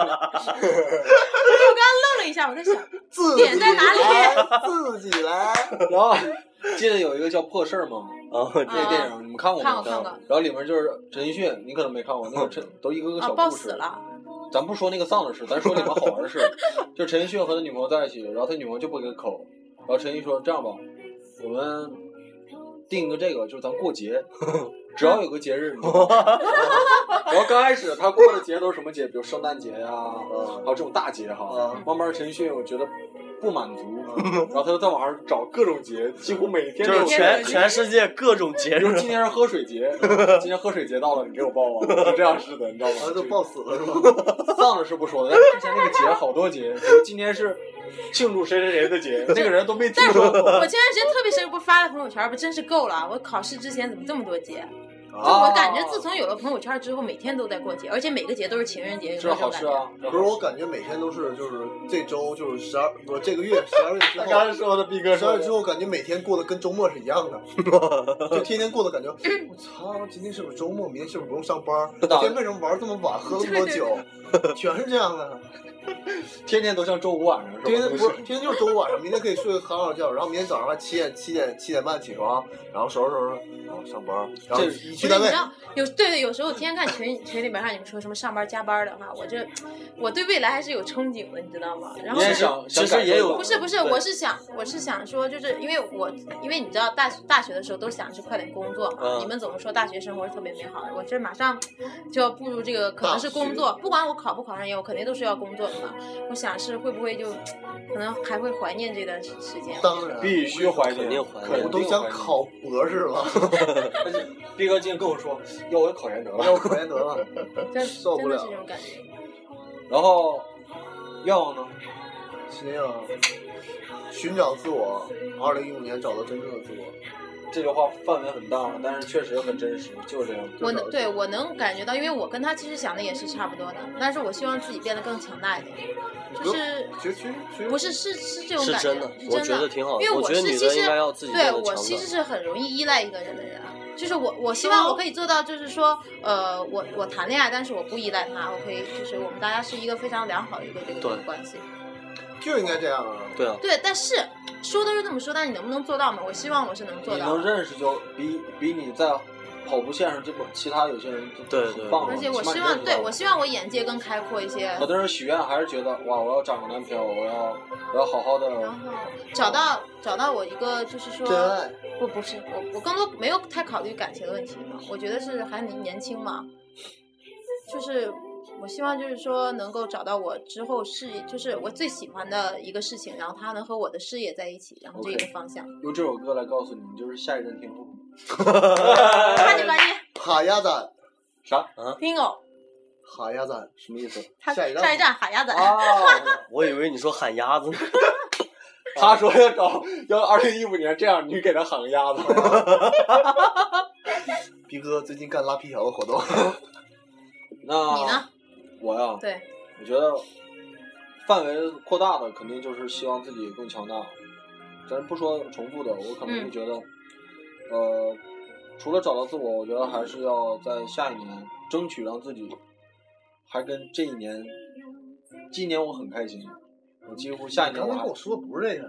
Speaker 4: 我刚刚愣了一下，我在想，
Speaker 3: 自
Speaker 4: 点在哪里
Speaker 3: 里？自己来。
Speaker 1: *laughs* 然后记得有一个叫破事儿吗？
Speaker 2: 然后
Speaker 1: 那个
Speaker 4: 啊
Speaker 1: 电影你们看过吗？
Speaker 4: 看过看过
Speaker 1: 然后里面就是陈奕迅，你可能没看过，那个陈都一个个
Speaker 4: 啊，
Speaker 1: 小
Speaker 4: 抱
Speaker 1: 故事。
Speaker 4: 死了，
Speaker 1: 咱不说那个丧的事，咱说里面好玩的
Speaker 4: *laughs*
Speaker 1: 事。就陈奕迅和他女朋友在一起，然后他女朋友就不给口，然后陈奕迅说：“这样吧，我们定个这个，就是咱过节，只要有个节日。你就” *laughs* 然后刚开始他过的节都是什么节？比如圣诞节呀、还哦有这种大节哈
Speaker 3: 嗯。
Speaker 1: 慢慢陈奕迅我觉得不满足， *laughs* 然后他就在网上找各种节，几乎每天
Speaker 2: 就
Speaker 1: 都有
Speaker 2: 是
Speaker 1: 节
Speaker 2: 全全世界各种节
Speaker 1: 比如
Speaker 2: 日，
Speaker 1: 今天是喝水 *laughs* 节，今天喝水节到了，你给我抱啊，就这样似的，你知道吗？
Speaker 3: 然后就
Speaker 1: 啊就
Speaker 3: 抱死了是吧？
Speaker 1: 丧了是不说的，但是之前那个节好多节，比如今天是庆祝谁谁谁的 *laughs* 节，那个人都没听说过。
Speaker 4: 我前段时间特别生气，不是发了朋友圈，不真是够了。我考试之前怎么这么多节？就
Speaker 1: 啊
Speaker 4: 我感觉自从有了朋友圈之后，每天都在过节，而且每个节都是情人节，有没
Speaker 1: 这
Speaker 4: 有
Speaker 1: 是
Speaker 4: 这
Speaker 1: 好
Speaker 4: 种感
Speaker 1: 事
Speaker 4: 觉？
Speaker 1: 啊！
Speaker 3: 不是，我感觉每天都是，就是这周就是十二，不是这个月十二月之
Speaker 1: 他
Speaker 3: 后，
Speaker 1: 刚才说的，逼哥
Speaker 3: *laughs* 十
Speaker 1: 说
Speaker 3: 二月之
Speaker 1: 的，
Speaker 3: 后感觉每天过得跟周末是一样的，就天天过得感觉， *coughs* 我操，今天是不是周末？明天是不是不用上班？今天为什么玩这么晚，喝这么多酒？全是这样的，
Speaker 1: 天天都像周五晚上
Speaker 3: 天
Speaker 1: 是
Speaker 3: 天
Speaker 1: 吧？
Speaker 3: 不是天天就是周五晚上，明天可以睡个好好觉，然后明天早上七点七点七点半起床，然后收拾收拾，然后上班，然后
Speaker 1: 这
Speaker 3: 一
Speaker 4: 不
Speaker 3: 去
Speaker 4: 是
Speaker 3: 单
Speaker 4: 你
Speaker 3: 位
Speaker 4: 知，道有对对，有时候天天看群 *laughs* 群里面让你们说什么上班加班的哈，我这我对未来还是有憧憬的，你知道吗？然后
Speaker 1: 你也
Speaker 4: 是
Speaker 1: 想，
Speaker 2: 其实
Speaker 1: 想改
Speaker 2: 也有
Speaker 1: 变
Speaker 4: 不是不是，
Speaker 2: 对
Speaker 4: 我是想我是想说，就是因为我因为你知道大大学的时候都想是快点工作嘛，
Speaker 2: 嗯
Speaker 4: 你们总是说大学生活是特别美好的，我这马上就要步入这个可能是工作，不管我考不考上研，我肯定都是要工作的嘛。我想是会不会就可能还会怀念这段时时间。
Speaker 3: 当然
Speaker 1: 必须怀念，
Speaker 2: 肯定怀念
Speaker 1: 肯定
Speaker 3: 我都想考博士了，
Speaker 1: 怀念。逼哥今天跟我说，要我考研得
Speaker 3: 要
Speaker 1: 了，
Speaker 3: 我考研得了。
Speaker 4: 真
Speaker 3: 受不
Speaker 4: 真的是
Speaker 3: 了
Speaker 4: 这种感觉。
Speaker 1: 然后愿望呢？
Speaker 3: 是那样，寻找自我。二零一五年找到真正的自我，
Speaker 1: 这句话范围很大，但是确实很真实，就是这样。
Speaker 4: 我能对我能感觉到，因为我跟他其实想的也是差不多的，但是我希望自己变得更强大一点，就是
Speaker 3: 其实其实其实
Speaker 4: 不是是是这种
Speaker 2: 是
Speaker 4: 感觉，
Speaker 2: 真的，
Speaker 4: 是
Speaker 2: 我
Speaker 4: 真
Speaker 2: 觉得
Speaker 4: 的。
Speaker 2: 挺好的
Speaker 4: 因为。
Speaker 2: 我觉得
Speaker 4: 是
Speaker 2: 女
Speaker 4: 其
Speaker 2: 的
Speaker 4: 实
Speaker 2: 应该要自己变
Speaker 4: 对
Speaker 2: 得
Speaker 4: 我
Speaker 2: 强
Speaker 4: 其实
Speaker 2: 大。
Speaker 4: 是很容易依赖一个人的人，啊就是我我希望我可以做到，就是说，呃，我我谈恋爱，但是我不依赖他，我可以就是我们大家是一个非常良好的一个这个
Speaker 2: 对
Speaker 4: 关系。
Speaker 3: 就应该这样啊！
Speaker 2: 对啊，
Speaker 4: 对，但是说都是这么说，但是你能不能做到嘛？我希望我是能做
Speaker 1: 你
Speaker 4: 到
Speaker 1: 能
Speaker 4: 的。
Speaker 1: 认识就比比你在跑步线上这么其他有些人就
Speaker 2: 对
Speaker 1: 很
Speaker 2: 对
Speaker 1: 棒了
Speaker 4: 而且我
Speaker 1: 起码
Speaker 4: 希
Speaker 1: 你
Speaker 4: 望，
Speaker 1: 知道
Speaker 4: 对我希望我眼界更开阔一些，
Speaker 2: 哦
Speaker 1: 好多人许愿还是觉得哇，我要找个男朋友，我要我要好好的，
Speaker 4: 然后找到找到我一个就是说
Speaker 3: 真爱，
Speaker 4: 不不是我我更多没有太考虑感情的问题嘛，我觉得是还年年轻嘛，就是我希望就是说能够找到我之后事业就是我最喜欢的一个事情，然后他能和我的事业在一起，然后这
Speaker 1: OK
Speaker 4: 个方向。
Speaker 1: 用这首歌来告诉你，你就是下一任天后。
Speaker 4: 看你吧你
Speaker 3: 哈鸭仔，
Speaker 1: 啥？
Speaker 2: *laughs*
Speaker 4: 听哦，
Speaker 3: 哈鸭仔，
Speaker 1: 什么意思？
Speaker 4: 他
Speaker 3: 下一站
Speaker 4: 站喊鸭仔，
Speaker 1: 啊
Speaker 2: 我以为你说喊鸭子呢，
Speaker 1: 他说要找要二零一五年这样，你给他喊个
Speaker 2: *laughs*
Speaker 1: 鸭子。
Speaker 3: 逼哥最近干拉皮条的活动，
Speaker 1: 那
Speaker 4: 你呢？
Speaker 1: 我呀，
Speaker 4: 对，
Speaker 1: 我觉得范围扩大的肯定就是希望自己更强大。咱不说重复的，我可能会
Speaker 4: 嗯
Speaker 1: 觉得，呃，除了找到自我，我觉得还是要在下一年争取让自己还跟这一年，今年我很开心，我几乎下一
Speaker 3: 哎你
Speaker 1: 年
Speaker 3: 刚
Speaker 1: 我
Speaker 3: 才
Speaker 1: 还
Speaker 3: 跟我说不是这个，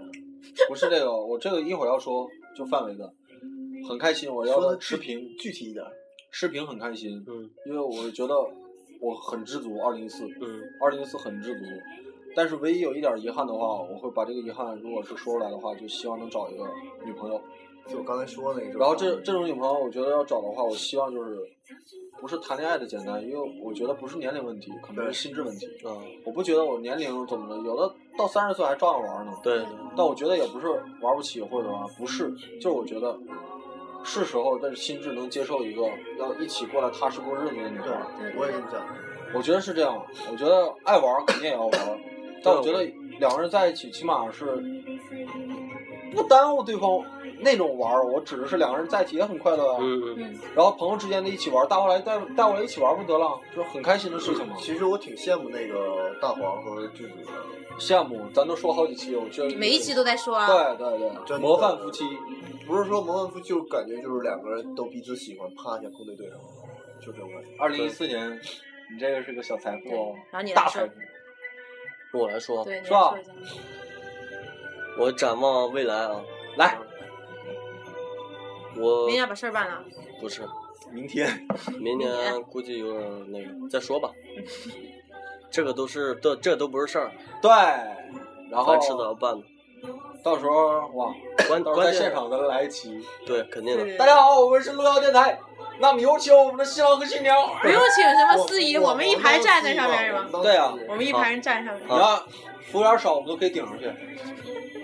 Speaker 1: 不是这个，我这个一会儿要说就范围的，很开心，我
Speaker 3: 说
Speaker 1: 要
Speaker 3: 的
Speaker 1: 持平，
Speaker 3: 具体一点。
Speaker 1: 持平很开心，
Speaker 2: 嗯
Speaker 1: 因为我觉得我很知足，二零一四，
Speaker 2: 嗯
Speaker 1: 二零一四很知足，但是唯一有一点遗憾的话，我会把这个遗憾，如果是说出来的话，就希望能找一个女朋友。
Speaker 3: 就我刚才说那个。
Speaker 1: 然后这这种女朋友，我觉得要找的话，我希望就是不是谈恋爱的简单，因为我觉得不是年龄问题，可能是心智问题。
Speaker 2: 啊，
Speaker 1: 我不觉得我年龄怎么了，有的到三十岁还照样玩呢。
Speaker 2: 对对，
Speaker 1: 但我觉得也不是玩不起或者玩不是，就是我觉得是时候，但是心智能接受一个要一起过来踏实过日子的女孩儿。
Speaker 4: 对
Speaker 3: 我也这么想。
Speaker 1: 我觉得是这样，我觉得爱玩儿肯定也要玩儿，但我觉得两个人在一起起码是不耽误对方那种玩儿，我指的是两个人在一起也很快乐啊。
Speaker 2: 嗯嗯
Speaker 4: 嗯，
Speaker 1: 然后朋友之间的一起玩儿，带回来带带过来一起玩儿不得了，就是很开心的事情嘛。
Speaker 3: 其实我挺羡慕那个大黄和剧组的，
Speaker 1: 羡慕，咱都说好几期，我觉得
Speaker 4: 每一期都在说啊，
Speaker 1: 对对对，
Speaker 3: 真的
Speaker 1: 模范夫妻，
Speaker 3: 不是说模范夫妻，就感觉就是两个人都彼此喜欢，啪一下碰对对上了，就这种感觉。
Speaker 1: 二零一四年，你这个是个小财富哦，
Speaker 4: 然后你来
Speaker 1: 大
Speaker 4: 说
Speaker 1: 财，富。
Speaker 2: 我来说，
Speaker 4: 对，你来
Speaker 1: 是吧
Speaker 4: 说一下，
Speaker 2: 我展望未来啊，
Speaker 1: 来，
Speaker 2: 我呃
Speaker 4: 明天把事儿办了，
Speaker 2: 不是
Speaker 1: 明天
Speaker 2: 明年估计有点那个，再说吧。这个都是都这都不是事儿，
Speaker 1: 对，然后
Speaker 2: 咱迟早要办的。
Speaker 1: 到时候哇，
Speaker 2: 关
Speaker 1: 到时候在
Speaker 2: 哦关
Speaker 1: 现
Speaker 2: 键
Speaker 1: 场咱们来一期。
Speaker 2: 对肯定的，
Speaker 4: 对
Speaker 1: 大家好，我们是路遥电台。那么有请我们的新郎和新娘。
Speaker 4: 不用请什么司仪，
Speaker 3: 我
Speaker 4: 我们一排站在上面是吧？
Speaker 1: 对啊
Speaker 4: 我们一排人站上面
Speaker 1: 你。看，啊服务员少，我们都可以顶上去。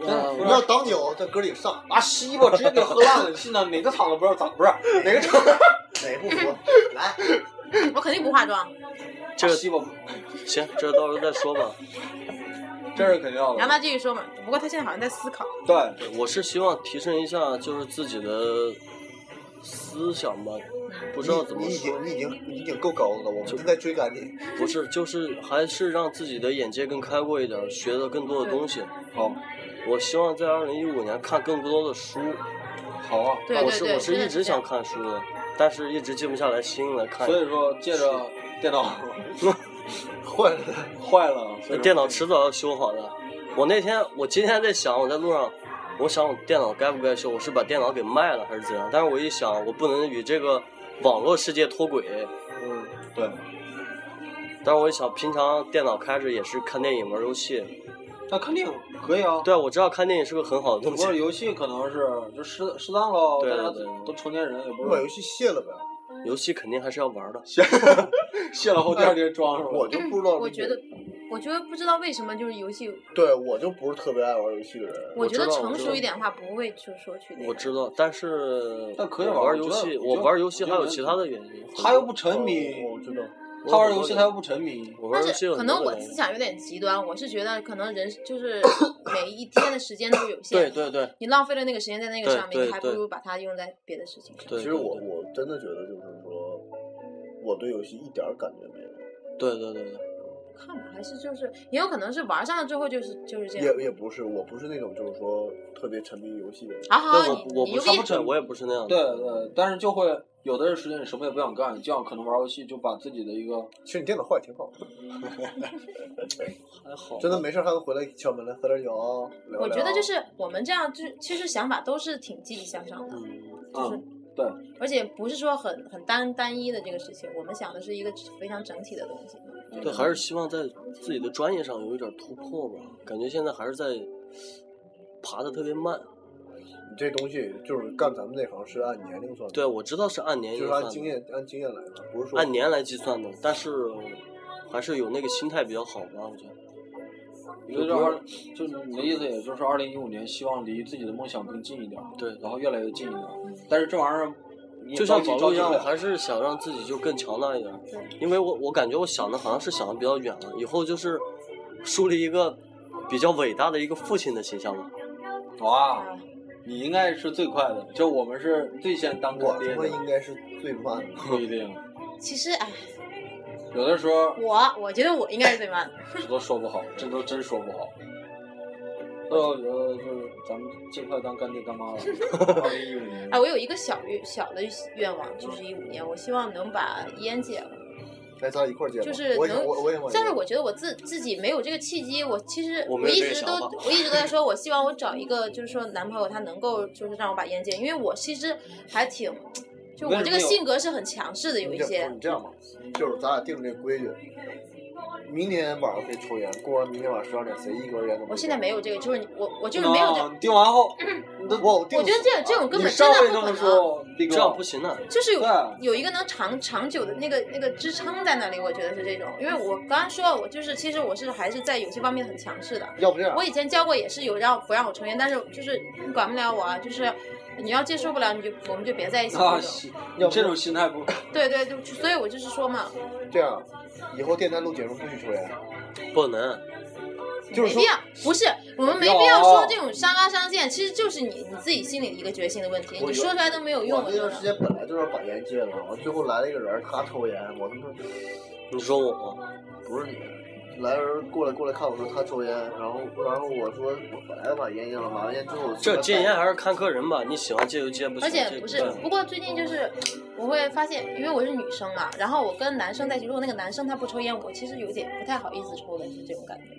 Speaker 3: 我们要挡酒，在歌里上
Speaker 1: 啊，西瓜直接给喝烂了， *laughs* 你信呢？哪个厂子不知道咋不是哪个厂？
Speaker 3: 哪不服？ *laughs* 来，
Speaker 4: 我肯定不化妆，
Speaker 2: 这个
Speaker 1: 西瓜，
Speaker 2: 行，这个到时候再说吧。
Speaker 1: 这是肯定要
Speaker 4: 让
Speaker 1: 的。
Speaker 4: 他继续说嘛。不过他现在好像在思考，
Speaker 1: 对，
Speaker 2: 我是希望提升一下，就是自己的思想吧，不知道怎么
Speaker 3: 你已
Speaker 2: 说，
Speaker 3: 经你已经你已经够高的了，我们正在追赶你。
Speaker 2: 不是，就是还是让自己的眼界更开阔一点，学的更多的东西。
Speaker 1: 好，
Speaker 2: 我希望在二零一五年看更多的书，
Speaker 1: 好啊。
Speaker 4: 对对
Speaker 2: 我哦是
Speaker 4: 对
Speaker 2: 我是
Speaker 4: 真的
Speaker 2: 一
Speaker 4: 是
Speaker 2: 直
Speaker 4: 这样
Speaker 2: 想看书的，但是一直静不下来心来看。
Speaker 1: 所以说，借着电脑
Speaker 3: 坏了，
Speaker 1: 坏了，所以说
Speaker 2: 呃电脑迟早要修好的。我那天，我今天在想，我在路上，我想我电脑该不该修？我是把电脑给卖了还是怎样？但是我一想，我不能与这个网络世界脱轨。
Speaker 1: 嗯，对，
Speaker 2: 但是我一想，平常电脑开着也是看电影、玩游戏。
Speaker 1: 那肯定可以啊。
Speaker 2: 对啊，我知道看电影是个很好的
Speaker 1: 不
Speaker 2: 东西
Speaker 1: 过。游戏可能是就适适当喽，
Speaker 2: 对
Speaker 1: 大家
Speaker 2: 对对
Speaker 1: 都成年人，也
Speaker 3: 我
Speaker 1: 不
Speaker 3: 把游
Speaker 1: 是
Speaker 3: 戏卸了呗。
Speaker 2: 游戏肯定还是要玩的。
Speaker 1: 卸了后第二天装是吧？
Speaker 3: 我就不知道，
Speaker 4: 嗯我觉得，我觉得不知道为什么就是游戏，
Speaker 3: 对我就不是特别爱玩游戏的人。
Speaker 4: 我觉得
Speaker 2: 知道我
Speaker 4: 成
Speaker 2: 知
Speaker 4: 熟
Speaker 2: 道
Speaker 4: 一点的话不会就说去那
Speaker 2: 我
Speaker 4: 个
Speaker 2: 知道，但是
Speaker 1: 但可以玩
Speaker 2: 我玩
Speaker 1: 我
Speaker 2: 游
Speaker 1: 觉得
Speaker 2: 戏，
Speaker 1: 我觉
Speaker 2: 我
Speaker 1: 得
Speaker 2: 玩游戏还有
Speaker 1: 没
Speaker 2: 其
Speaker 1: 问
Speaker 2: 他的原因。
Speaker 1: 他又不沉迷，
Speaker 3: 哦我知道。
Speaker 1: 他玩游戏他又不沉迷，
Speaker 2: 嗯我玩游
Speaker 4: 但
Speaker 2: 戏
Speaker 4: 是
Speaker 2: 有
Speaker 4: 可
Speaker 2: 很
Speaker 4: 能
Speaker 2: 多
Speaker 4: 我
Speaker 2: 的原
Speaker 4: 思
Speaker 2: 因。
Speaker 4: 想有点极端，我是觉得可能人就是
Speaker 2: *coughs*
Speaker 4: 每一天的时间都有限，
Speaker 2: 对对对
Speaker 4: 你浪费了那个时间在那个
Speaker 2: 对
Speaker 4: 上
Speaker 2: 对
Speaker 4: 面，你还不
Speaker 2: 对
Speaker 4: 如把它用在别的事情上。
Speaker 2: 对，
Speaker 3: 其实我
Speaker 2: 对
Speaker 3: 我真的觉得就是说，我对游戏一点儿感觉没有，
Speaker 2: 对对对对，
Speaker 4: 啊看吧，还是就是也有可能是玩上了之后就是就是这样。
Speaker 3: 也也不是，我不是那种就是说特别沉迷于游戏的人。
Speaker 4: 好好，
Speaker 2: 但
Speaker 4: 好
Speaker 2: 我
Speaker 4: 你
Speaker 2: 我不
Speaker 4: 你牛
Speaker 2: 是
Speaker 4: 逼，
Speaker 2: 对我也不是那样的。
Speaker 1: 对对，但是就会有的时间你什么也不想干，这样可能玩游戏就把自己的一个
Speaker 3: 其实你电脑坏挺好，
Speaker 1: 还好
Speaker 3: 真的没事儿还能回来敲门来喝点酒啊。聊
Speaker 4: 我觉得
Speaker 3: 聊
Speaker 4: 就是我们这样，就是其实想法都是挺积极向上的，
Speaker 2: 嗯
Speaker 4: 就是
Speaker 1: 嗯，对，
Speaker 4: 而且不是说很很单单一的这个事情，我们想的是一个非常整体的东西。
Speaker 1: 嗯
Speaker 2: 对，还是希望在自己的专业上有一点突破吧。感觉现在还是在爬的特别慢。
Speaker 3: 你这东西就是干咱们这行是按年龄算的，
Speaker 2: 对，我知道是按年
Speaker 3: 就是
Speaker 2: 计
Speaker 3: 按
Speaker 2: 算
Speaker 3: 经
Speaker 2: 的，
Speaker 3: 验按经验来的，不是说
Speaker 2: 按年来计算的，但是还是有那个心态比较好吧，我觉得。
Speaker 1: 你觉得二，就是你的意思，也就是二零一五年，希望离自己的梦想更近一点儿，
Speaker 2: 对，
Speaker 1: 然后越来越近一点儿。但是这玩意儿，你也
Speaker 2: 就像
Speaker 1: 着急
Speaker 2: 网络
Speaker 1: 着
Speaker 2: 一
Speaker 1: 急
Speaker 2: 样，
Speaker 1: 不
Speaker 2: 我
Speaker 1: 了
Speaker 2: 还是想让自己就更强大一点儿。
Speaker 4: 对，
Speaker 2: 因为我我感觉我想的好像是想的比较远了，以后就是树立一个比较伟大的一个父亲的形象吧。
Speaker 1: 哇，
Speaker 4: 啊，
Speaker 1: 你应该是最快的，就我们是最先当
Speaker 3: 我
Speaker 1: 过爹
Speaker 3: 他妈应
Speaker 1: 的，
Speaker 3: 该是最慢的。
Speaker 1: 不一定。
Speaker 4: 其实哎，
Speaker 1: *laughs* 有的时候
Speaker 4: 我我觉得我应该是最慢的。
Speaker 1: 这都说不好，这都真说不好。所以我觉得就是咱们尽快当干爹干妈了。 *laughs* 二零一五年
Speaker 4: 哎，，我有一个小愿小的愿望，就是一五年，我希望能把烟戒了。
Speaker 3: 来，咱俩一块儿接吧。
Speaker 4: 就是
Speaker 3: 我也
Speaker 4: 能
Speaker 3: 我我也往
Speaker 4: 但是
Speaker 3: 这
Speaker 4: 我觉得我自自己没有这个契机，我其实
Speaker 2: 我
Speaker 4: 我
Speaker 2: 没有
Speaker 4: 一
Speaker 2: 这个
Speaker 4: 直都
Speaker 2: 想法
Speaker 4: 我一直都在说，我希望我找一个就是说男朋友他能够就是让我把烟戒，因为我其实还挺，就
Speaker 1: 为
Speaker 4: 我
Speaker 1: 什
Speaker 4: 这
Speaker 1: 么
Speaker 4: 个
Speaker 1: 有
Speaker 4: 性格是很强势的，有
Speaker 3: 你
Speaker 4: 一
Speaker 3: 这
Speaker 4: 些
Speaker 3: 不是你这样吧，就是咱俩定这规矩，明天晚上可以抽烟，过完明天晚上十二点谁一根烟都不抽。
Speaker 4: 我现在没有这个，就是你我我就是没有这，
Speaker 1: 啊定完后，你都
Speaker 3: 我
Speaker 4: 我觉得这这种根
Speaker 1: 你
Speaker 4: 本
Speaker 1: 上
Speaker 4: 真
Speaker 1: 回
Speaker 4: 的
Speaker 1: 这
Speaker 4: 不
Speaker 1: 么
Speaker 4: 可能，
Speaker 1: 说，这
Speaker 2: 这样不行的，
Speaker 4: 就是有
Speaker 1: 对
Speaker 4: 有一个能长长久的那个那个支撑在那里，我觉得是这种，因为我刚刚说了，我就是其实我是还是在有些方面很强势的，
Speaker 3: 要不这样
Speaker 4: 我，以前教过也是有让不让我抽烟，但是就是你管不了我啊，就是你要接受不了，你就我们就别在一起
Speaker 1: *laughs* 啊
Speaker 4: 这，种。
Speaker 1: 你这种心态不
Speaker 4: 对对对，所以我就是说嘛，
Speaker 3: 这样，以后电台录节目不许抽烟，
Speaker 2: 不能。
Speaker 3: 就是
Speaker 4: 没
Speaker 3: 说
Speaker 4: 必要，不是我们没
Speaker 1: 有
Speaker 4: 必要说这种伤疤上见，其实就是你你自己心里的一个决心的问题，
Speaker 3: 我
Speaker 4: 你
Speaker 3: 有
Speaker 4: 说出来都没有用。
Speaker 3: 我
Speaker 4: 我
Speaker 3: 那
Speaker 4: 觉
Speaker 3: 段
Speaker 4: 得
Speaker 3: 时间本来就是把烟戒了，完最后来了一个人，他抽烟，我他妈
Speaker 2: 你说我吗？
Speaker 3: 不是你，来人过来过来看我说他抽烟，然后然后我说我本来把烟戒了，买完烟之后我
Speaker 2: 这戒烟还
Speaker 3: 是
Speaker 2: 是看个人吧，你喜欢戒就戒，不喜
Speaker 4: 而
Speaker 2: 欢戒
Speaker 4: 且
Speaker 2: 就
Speaker 4: 不是，不过最近就是我会发现，因为我是女生嘛，然后我跟男生在一起，如果那个男生他不抽烟，我其实有点不太好意思抽的，就这种感觉。
Speaker 2: *laughs*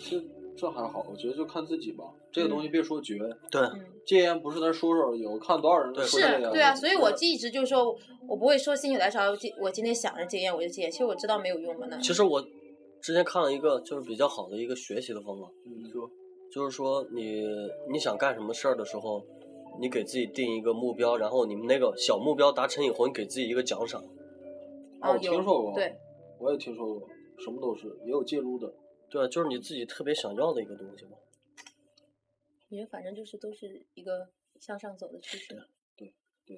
Speaker 1: 这这还好，我觉得就看自己吧。这个东西别说绝，
Speaker 2: 对，
Speaker 4: 嗯，
Speaker 1: 戒烟不是咱说说有，看多少人都
Speaker 2: 对
Speaker 1: 说
Speaker 4: 是
Speaker 1: 这个样
Speaker 4: 对啊，
Speaker 1: 子
Speaker 4: 所以我一直就说，我不会说心血来潮，我今我今天想着戒烟我就戒，其实我知道没有用的那。
Speaker 2: 其实我之前看了一个就是比较好的一个学习的方法，
Speaker 1: 嗯说
Speaker 2: 就是说你你想干什么事儿的时候，你给自己定一个目标，然后你们那个小目标达成以后，你给自己一个奖赏。
Speaker 1: 啊
Speaker 4: 啊，
Speaker 1: 我
Speaker 4: 有
Speaker 1: 听说过
Speaker 4: 对，
Speaker 1: 我也听说过，什么都是，也有戒撸的。
Speaker 2: 对，啊就是你自己特别想要的一个东西嘛。
Speaker 4: 我觉得反正就是都是一个向上走的趋势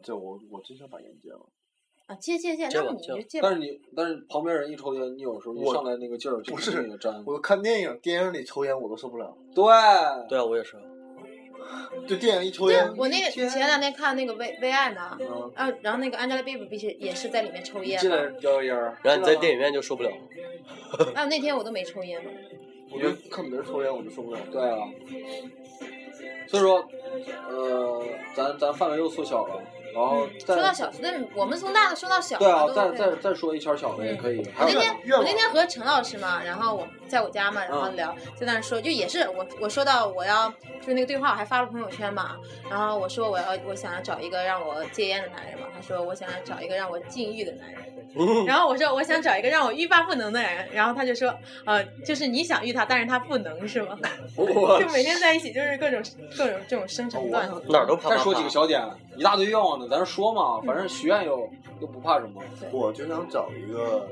Speaker 3: 这我我真想把烟戒了。
Speaker 4: 啊，戒戒戒，
Speaker 2: 戒
Speaker 4: 那
Speaker 2: 吧
Speaker 4: 么你
Speaker 2: 戒吧
Speaker 4: 就戒吧
Speaker 1: 但。是你，但是旁边人一抽烟，你有时候一
Speaker 3: 我
Speaker 1: 上来那个劲儿就
Speaker 3: 不是
Speaker 1: 那个粘。
Speaker 3: 我看电影，电影里抽烟我都受不了，
Speaker 1: 对，
Speaker 2: 对啊，我也是。
Speaker 3: 就电影一抽
Speaker 4: 对
Speaker 3: 烟
Speaker 4: 啊，，我那个
Speaker 3: 天
Speaker 4: 前两天看那个《为为爱》呢，
Speaker 3: 嗯
Speaker 4: 然后然后那个 Angelababy 不是也是在里面抽
Speaker 1: 一
Speaker 4: 烟
Speaker 1: 进来
Speaker 4: 吗？
Speaker 1: 叼个烟儿，
Speaker 2: 然后你在电影院就受不了了。
Speaker 4: 还有啊那天我都没抽烟嘛。
Speaker 3: 我就看别人抽烟我就受不了。
Speaker 1: 对啊，所以说，呃，咱咱范围又缩小了，然后再
Speaker 4: 嗯说到小，但我们从大的说到小
Speaker 1: 哦对
Speaker 4: 嘛，
Speaker 1: 啊，
Speaker 4: 都
Speaker 1: 再再
Speaker 4: 是
Speaker 1: 再说一圈小的也可以。还
Speaker 4: 我
Speaker 1: 有
Speaker 4: 那天
Speaker 1: 啥
Speaker 3: 愿
Speaker 4: 我
Speaker 3: 望
Speaker 4: 那天和陈老师嘛，然后我在我家嘛，然
Speaker 1: 嗯
Speaker 4: 后聊，在那儿说，就也是我我说到我要就是那个对话，我还发了朋友圈嘛，然后我说我要我想要找一个让我戒烟的男人嘛，他说我想要找一个让我禁欲的男
Speaker 1: 嗯
Speaker 4: 人，然后我说我想找一个让我欲罢不能的男人，然后他就说，呃，就是你想欲他，但是他不能是吗？ *laughs* 就每天在一起就是各种各种这种生辰段
Speaker 1: 哦
Speaker 4: 子，
Speaker 2: 哪儿都怕
Speaker 1: 再说几个小点，一大堆愿望呢，咱说嘛，反正许愿又又不怕什么。
Speaker 4: 嗯
Speaker 3: 我就想找一个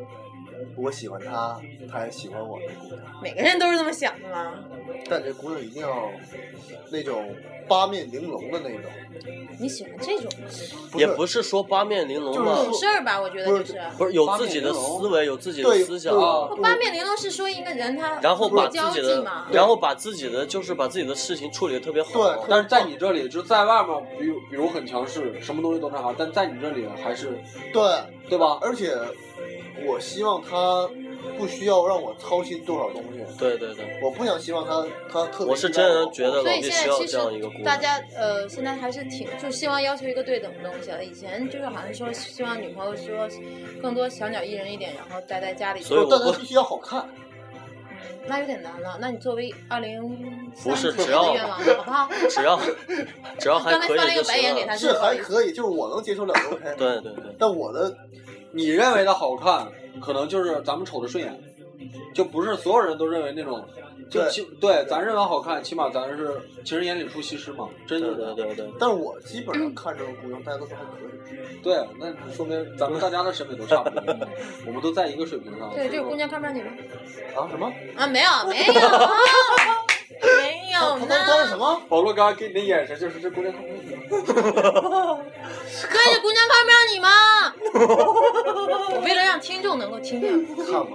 Speaker 3: 我喜欢他，他也喜欢我的姑娘，
Speaker 4: 每个人都是这么想的嘛。
Speaker 3: 但这姑娘一定要那种八面玲珑的那种，
Speaker 4: 你喜欢这种
Speaker 2: 也
Speaker 3: 是
Speaker 2: 不是说八面玲珑吧，
Speaker 4: 懂事儿吧？我觉得
Speaker 3: 不
Speaker 4: 就是是。
Speaker 2: 不是有自己的思维，有自己的
Speaker 3: 对
Speaker 2: 思想，
Speaker 3: 对
Speaker 1: 啊
Speaker 4: 八面玲珑是说一个人他
Speaker 2: 然后把
Speaker 4: 会
Speaker 2: 自
Speaker 4: 交
Speaker 2: 己
Speaker 4: 际
Speaker 2: 的
Speaker 4: 嘛，，
Speaker 2: 然后把自己的就是把自己的事情处理的特别好。
Speaker 3: 对
Speaker 1: 但是在你这里，就在外面，比如比如很强势，什么东西都那啥，但在你这里还是
Speaker 3: 对，
Speaker 1: 对吧？
Speaker 3: 而且我希望他不需要让我操心多少东西，
Speaker 2: 对对对，
Speaker 3: 我不想希望他他特别。
Speaker 2: 我是真觉得
Speaker 4: 所
Speaker 2: 老
Speaker 4: 以
Speaker 2: 毕
Speaker 4: 现
Speaker 2: 需
Speaker 4: 在
Speaker 2: 要
Speaker 4: 其
Speaker 2: 这样一个姑
Speaker 4: 实大
Speaker 2: 娘。
Speaker 4: 家呃现在还是挺就希望要求一个对等的东西啊了。以前就是好像说希望女朋友说更多小鸟依人一点，然后待在家里。
Speaker 2: 所以我
Speaker 3: 但
Speaker 2: 不
Speaker 3: 他必须要好看，
Speaker 4: 嗯那有点难了。那你作为二零
Speaker 2: 不是只
Speaker 4: 的
Speaker 2: 要
Speaker 4: 愿望，好不好？
Speaker 2: 只要只要还
Speaker 4: 刚才
Speaker 2: 可
Speaker 4: 翻
Speaker 2: 以
Speaker 4: 了一
Speaker 2: 就
Speaker 4: 个白眼
Speaker 2: 行
Speaker 4: 给
Speaker 2: 了。
Speaker 4: 他，
Speaker 3: 是
Speaker 4: 不好
Speaker 3: 还
Speaker 4: 意思。
Speaker 3: 可以，就是我能接受了都 OK。
Speaker 2: 对对对，
Speaker 3: 但我的
Speaker 1: 你认为的好看，可能就是咱们瞅着顺眼，就不是所有人都认为那种，就
Speaker 3: 对
Speaker 1: 起对咱认为好看，起码咱是情人眼里出西施嘛，真
Speaker 2: 对
Speaker 1: 的
Speaker 2: 对对对，
Speaker 3: 但是我基本上看这种姑娘，大家都说还可以。
Speaker 1: 对，那说明咱们大家的审美都差不多，我们都在一个水平上。
Speaker 4: 对，这个姑娘看不上你吗？
Speaker 3: 啊什么？
Speaker 4: 啊，没有，没
Speaker 2: *laughs*
Speaker 4: 有，没有
Speaker 3: 他
Speaker 4: 呢。
Speaker 3: 刚刚什么？
Speaker 1: 保罗刚刚给你的眼神就是这姑娘看不上你，
Speaker 4: 对，这姑娘看不上你吗？ *laughs* 我为了让听众能够听见，
Speaker 3: 看不上，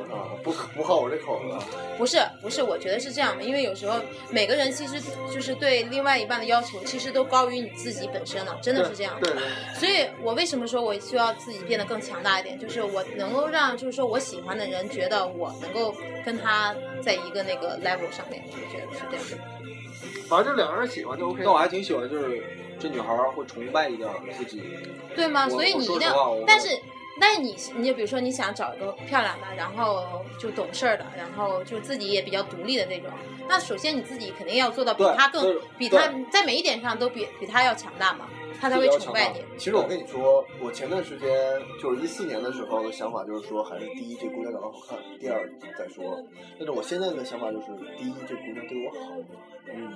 Speaker 3: 不不好我这口子。啊
Speaker 4: 不是不是，我觉得是这样的，因为有时候每个人其实就是对另外一半的要求，其实都高于你自己本身了，真的是这样。
Speaker 3: 对对，
Speaker 4: 所以我为什么说我需要自己变得更强大一点？就是我能够让，就是说我喜欢的人觉得我能够跟他在一个那个 level 上面，我觉得是这样的。
Speaker 3: 反正这两个人喜欢就 OK
Speaker 1: 但。我还挺喜欢，就是这女孩儿会崇拜一点儿自己。
Speaker 4: 对吗？
Speaker 1: 我
Speaker 4: 所以
Speaker 1: 我
Speaker 4: 你一
Speaker 1: 说
Speaker 4: 定
Speaker 1: 实话我
Speaker 4: 要，但是但是你你就比如说你想找一个漂亮的，然后就懂事儿的，然后就自己也比较独立的那种，那首先你自己肯定要做到比
Speaker 1: 对
Speaker 4: 他更
Speaker 1: 对
Speaker 4: 比
Speaker 1: 对
Speaker 4: 他在每一点上都比比他要强大嘛，他才
Speaker 1: 自
Speaker 4: 会
Speaker 1: 己要
Speaker 4: 崇
Speaker 1: 强
Speaker 4: 拜
Speaker 1: 大
Speaker 4: 你。
Speaker 3: 其实我跟你说，我前段时间就是一四年的时候的想法就是说，还是第一这姑娘长得好看，第二再说。但是我现在的想法就是，第一这姑娘对我好，
Speaker 1: 嗯，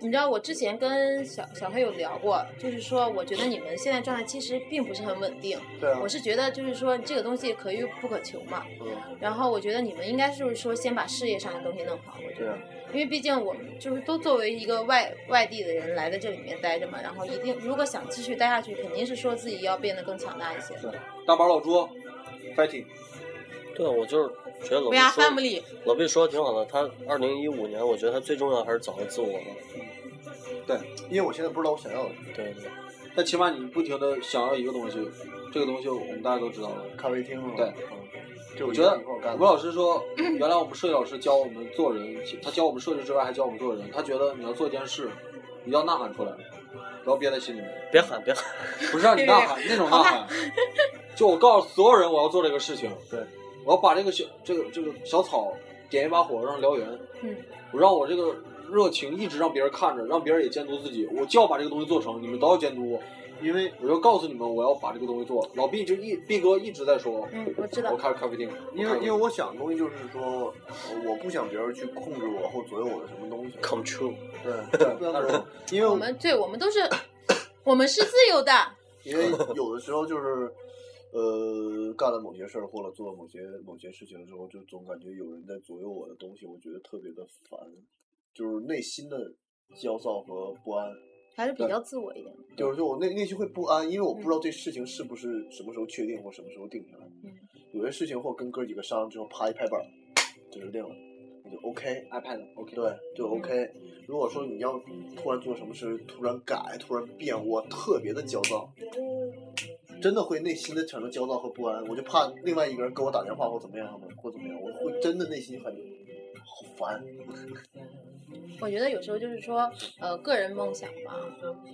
Speaker 4: 你知道我之前跟小小黑有聊过，就是说我觉得你们现在状态其实并不是很稳定，
Speaker 3: 对啊
Speaker 4: 我，是觉得就是说这个东西可遇不可求嘛。
Speaker 3: 嗯，
Speaker 4: 然后我觉得你们应该就是说先把事业上的东西弄好，我觉
Speaker 3: 对
Speaker 4: 得，
Speaker 3: 啊，
Speaker 4: 因为毕竟我们就是都作为一个外外地的人来在这里面待着嘛，然后一定如果想继续待下去，肯定是说自己要变得更强大一些。
Speaker 1: 大宝老朱，fighting，
Speaker 2: 对我就是觉得老
Speaker 4: 不
Speaker 2: 毕
Speaker 4: 要
Speaker 2: 说
Speaker 4: family，
Speaker 2: 老毕说的挺好的，他二零一五年，我觉得他最重要还是找到自我嘛。
Speaker 3: 因为我现在不知道我想要的
Speaker 2: 对对，
Speaker 1: 但起码你不停的想要一个东西，这个东西我们大家都知道了。
Speaker 3: 咖啡厅啊。
Speaker 1: 对
Speaker 3: 嗯，这
Speaker 1: 我
Speaker 3: 我
Speaker 1: 觉得
Speaker 3: 我干
Speaker 1: 吴老师说，原来我们设计老师教我们做人，他教我们设计之外还教我们做人。他觉得你要做一件事，你要呐喊出来，不要憋在心里面，
Speaker 2: 别喊别喊，
Speaker 1: 不是让你呐
Speaker 4: *laughs*
Speaker 1: 喊那种呐喊。就我告诉所有人，我要做这个事情，
Speaker 3: 对，
Speaker 1: 我要把这个小这个这个小草点一把火让它燎原，
Speaker 4: 嗯，
Speaker 1: 我让我这个热情一直让别人看着，让别人也监督自己，我就要把这个东西做成，你们都要监督我，因为我就告诉你们，我要把这个东西做。老毕就一毕哥一直在说，
Speaker 4: 嗯，我知道
Speaker 1: 我。开咖啡店，
Speaker 3: 因
Speaker 1: 我
Speaker 3: 为
Speaker 1: 开
Speaker 3: 因为我想的东西就是说，我不想别人去控制我或左右我的什么东西。
Speaker 2: come true。 *laughs*
Speaker 3: 对，对不想左右，因为
Speaker 4: 我们对我们都是，我们是自由的，
Speaker 3: 因为有的时候就是，呃，干了某些事儿或者做了某些某些事情的时候，就总感觉有人在左右我的东西，我觉得特别的烦，就是内心的焦躁和不安，
Speaker 4: 还是比较自我一点。
Speaker 3: 就是说我内内心会不安，因为我不知道这事情是不是什么时候确定或什么时候定下来。
Speaker 4: 嗯
Speaker 3: 有些事情或跟哥几个商量之后，啪一拍板儿，就是定了，你就 OK。
Speaker 1: iPad OK，
Speaker 3: 对，就 OK。如果说你要突然做什么事，突然改，突然变，我特别的焦躁，真的会内心的产生焦躁和不安。我就怕另外一个人给我打电话或怎么样的，或怎么样，我会真的内心很好烦。
Speaker 4: 我觉得有时候就是说，呃，个人梦想吧。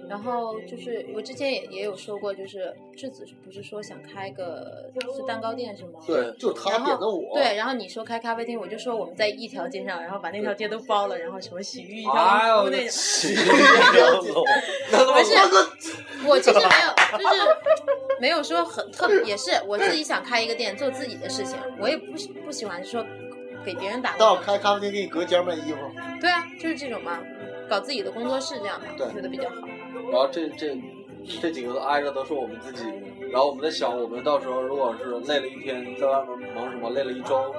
Speaker 4: 然后就是我之前也也有说过，就是质子不是说想开个是蛋糕店是吗？
Speaker 3: 对，就是他
Speaker 4: 然后
Speaker 3: 点的我。
Speaker 4: 对，然后你说开咖啡厅，我就说我们在一条街上，然后把那条街都包了，然后什么洗浴一
Speaker 1: 哎
Speaker 4: 条
Speaker 1: 呦
Speaker 4: 屋那种。
Speaker 1: 那他妈
Speaker 4: 不是，我其实没有，就是 *laughs* 没有说很特别，也是我自己想开一个店，做自己的事情，我也不喜不喜欢说给别人打
Speaker 3: 到
Speaker 4: 工。
Speaker 3: 开咖啡店给你隔间卖衣服，
Speaker 4: 对啊，就是这种嘛，搞自己的工作室这样嘛，
Speaker 1: 对
Speaker 4: 我觉得比较好。
Speaker 1: 然后这这这几个都挨着都是我们自己的，然后我们在想，我们到时候如果是累了一天，在外面忙什么，累了一周，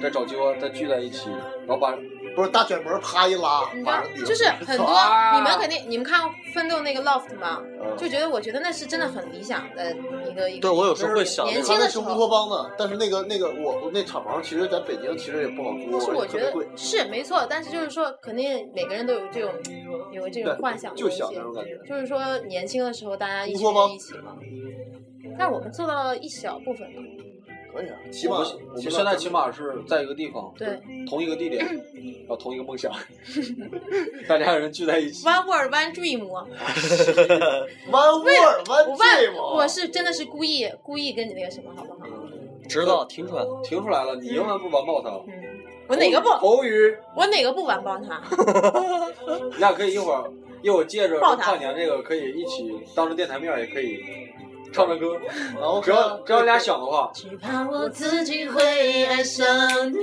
Speaker 1: 再找机会再聚在一起，然后把
Speaker 3: 不是大卷门啪一拉，
Speaker 4: 你知
Speaker 3: 马
Speaker 4: 道
Speaker 3: 上顶，
Speaker 4: 就是很多
Speaker 1: 啊
Speaker 4: 你们肯定你们看过《奋斗》那个 Loft 吗？
Speaker 3: 嗯
Speaker 4: 就觉得我觉得那是真的很理想的一个一个。
Speaker 2: 对我有时候会想
Speaker 4: 年
Speaker 2: 那
Speaker 4: 轻
Speaker 2: 个，
Speaker 3: 那
Speaker 4: 的时
Speaker 3: 是
Speaker 4: 候
Speaker 3: 乌托邦的，但是那个那个我那厂房其实在北京其实也不好租，
Speaker 4: 但是我
Speaker 3: 而且
Speaker 4: 觉
Speaker 3: 特别贵
Speaker 4: 得是没错，但是就是说，肯定每个人都有这种有这种
Speaker 3: 对
Speaker 4: 幻想的
Speaker 3: 就
Speaker 4: 东
Speaker 3: 想
Speaker 4: 西
Speaker 3: 那，种感觉。
Speaker 4: 就是说年轻的时候大家一
Speaker 3: 乌
Speaker 4: 群
Speaker 3: 托邦
Speaker 4: 人一起嘛。但我们做到了一小部分嘛，
Speaker 3: 可以啊，起
Speaker 1: 我
Speaker 3: 码
Speaker 1: 们我们现在起码是在一个地方，
Speaker 4: 对，
Speaker 1: 同一个
Speaker 4: *laughs*
Speaker 1: 地点，然后同一个梦想， *laughs* 大家人聚在一起。
Speaker 4: ，One World One Dream。啊
Speaker 3: 弯味儿弯
Speaker 4: 我
Speaker 3: 醉
Speaker 4: 问，
Speaker 3: 嘛。
Speaker 4: 我是真的是故意故意跟你那个什么，好不好？
Speaker 2: 知道听出来了。
Speaker 1: 听出来了，你英文不完爆他，
Speaker 4: 嗯，我哪个不
Speaker 1: 口语，
Speaker 4: 我哪个不完爆他？
Speaker 1: 你俩可以一会儿一会儿借着
Speaker 4: 抱他
Speaker 1: 跨年这个可以一起当着电台面儿也可以唱唱歌，
Speaker 3: 然后
Speaker 1: 只要只要你俩想的话，
Speaker 4: 只怕我自己会爱上你，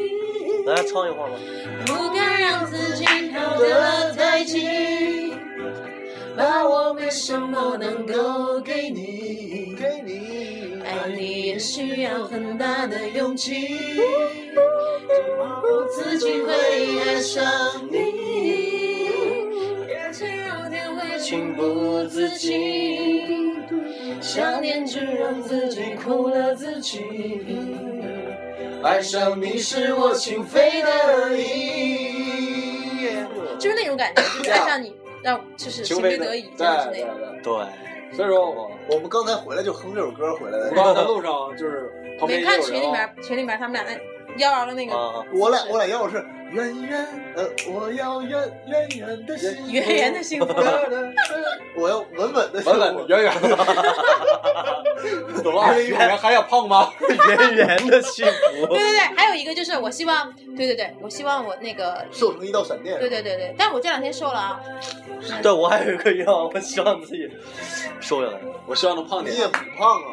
Speaker 2: 来唱一会儿吧。
Speaker 4: 不敢让自己靠得太近，把我没什么能够给你，
Speaker 3: 给你
Speaker 4: 爱哎你也需要很大的勇气。我自己会爱上你，感情有点会情不自禁，想念只让自己苦了自己。
Speaker 1: 爱上
Speaker 4: 你是我情非得已，就是那种感觉，就是爱上你，让就是
Speaker 1: 情
Speaker 4: 情
Speaker 1: 非
Speaker 4: 非
Speaker 1: 得
Speaker 4: 得
Speaker 1: 已
Speaker 4: 已，
Speaker 1: 对
Speaker 4: 真的是
Speaker 1: 对
Speaker 4: 那种。
Speaker 1: 对。
Speaker 2: 对，
Speaker 1: 所以说我
Speaker 3: 我们刚才回来就哼这首歌回来
Speaker 1: 我
Speaker 3: 的。
Speaker 1: 刚才路上就是旁边也
Speaker 4: 没看
Speaker 1: 有
Speaker 4: 群里
Speaker 1: 人啊，
Speaker 4: 面，群里面他们俩那幺幺的那个
Speaker 2: 啊，
Speaker 3: 我俩我俩要是远远呃，我要远远远的幸福，
Speaker 4: 圆圆的幸福，
Speaker 3: 我要稳稳的幸
Speaker 1: 稳稳
Speaker 3: 福。
Speaker 1: 远远的，怎么二十一五年还想胖吗？
Speaker 2: *laughs* 圆圆的幸
Speaker 4: 对
Speaker 2: 福。
Speaker 4: 对对，还有一个就是我希望，对对对，我希望我那个，
Speaker 3: 瘦成一道闪电。
Speaker 4: 对对对对，但我这两天瘦了啊，
Speaker 2: 对，我还有一个愿望，我希望自己瘦下来。
Speaker 1: 我希望能胖
Speaker 3: 你也
Speaker 1: 点。
Speaker 3: 不胖啊，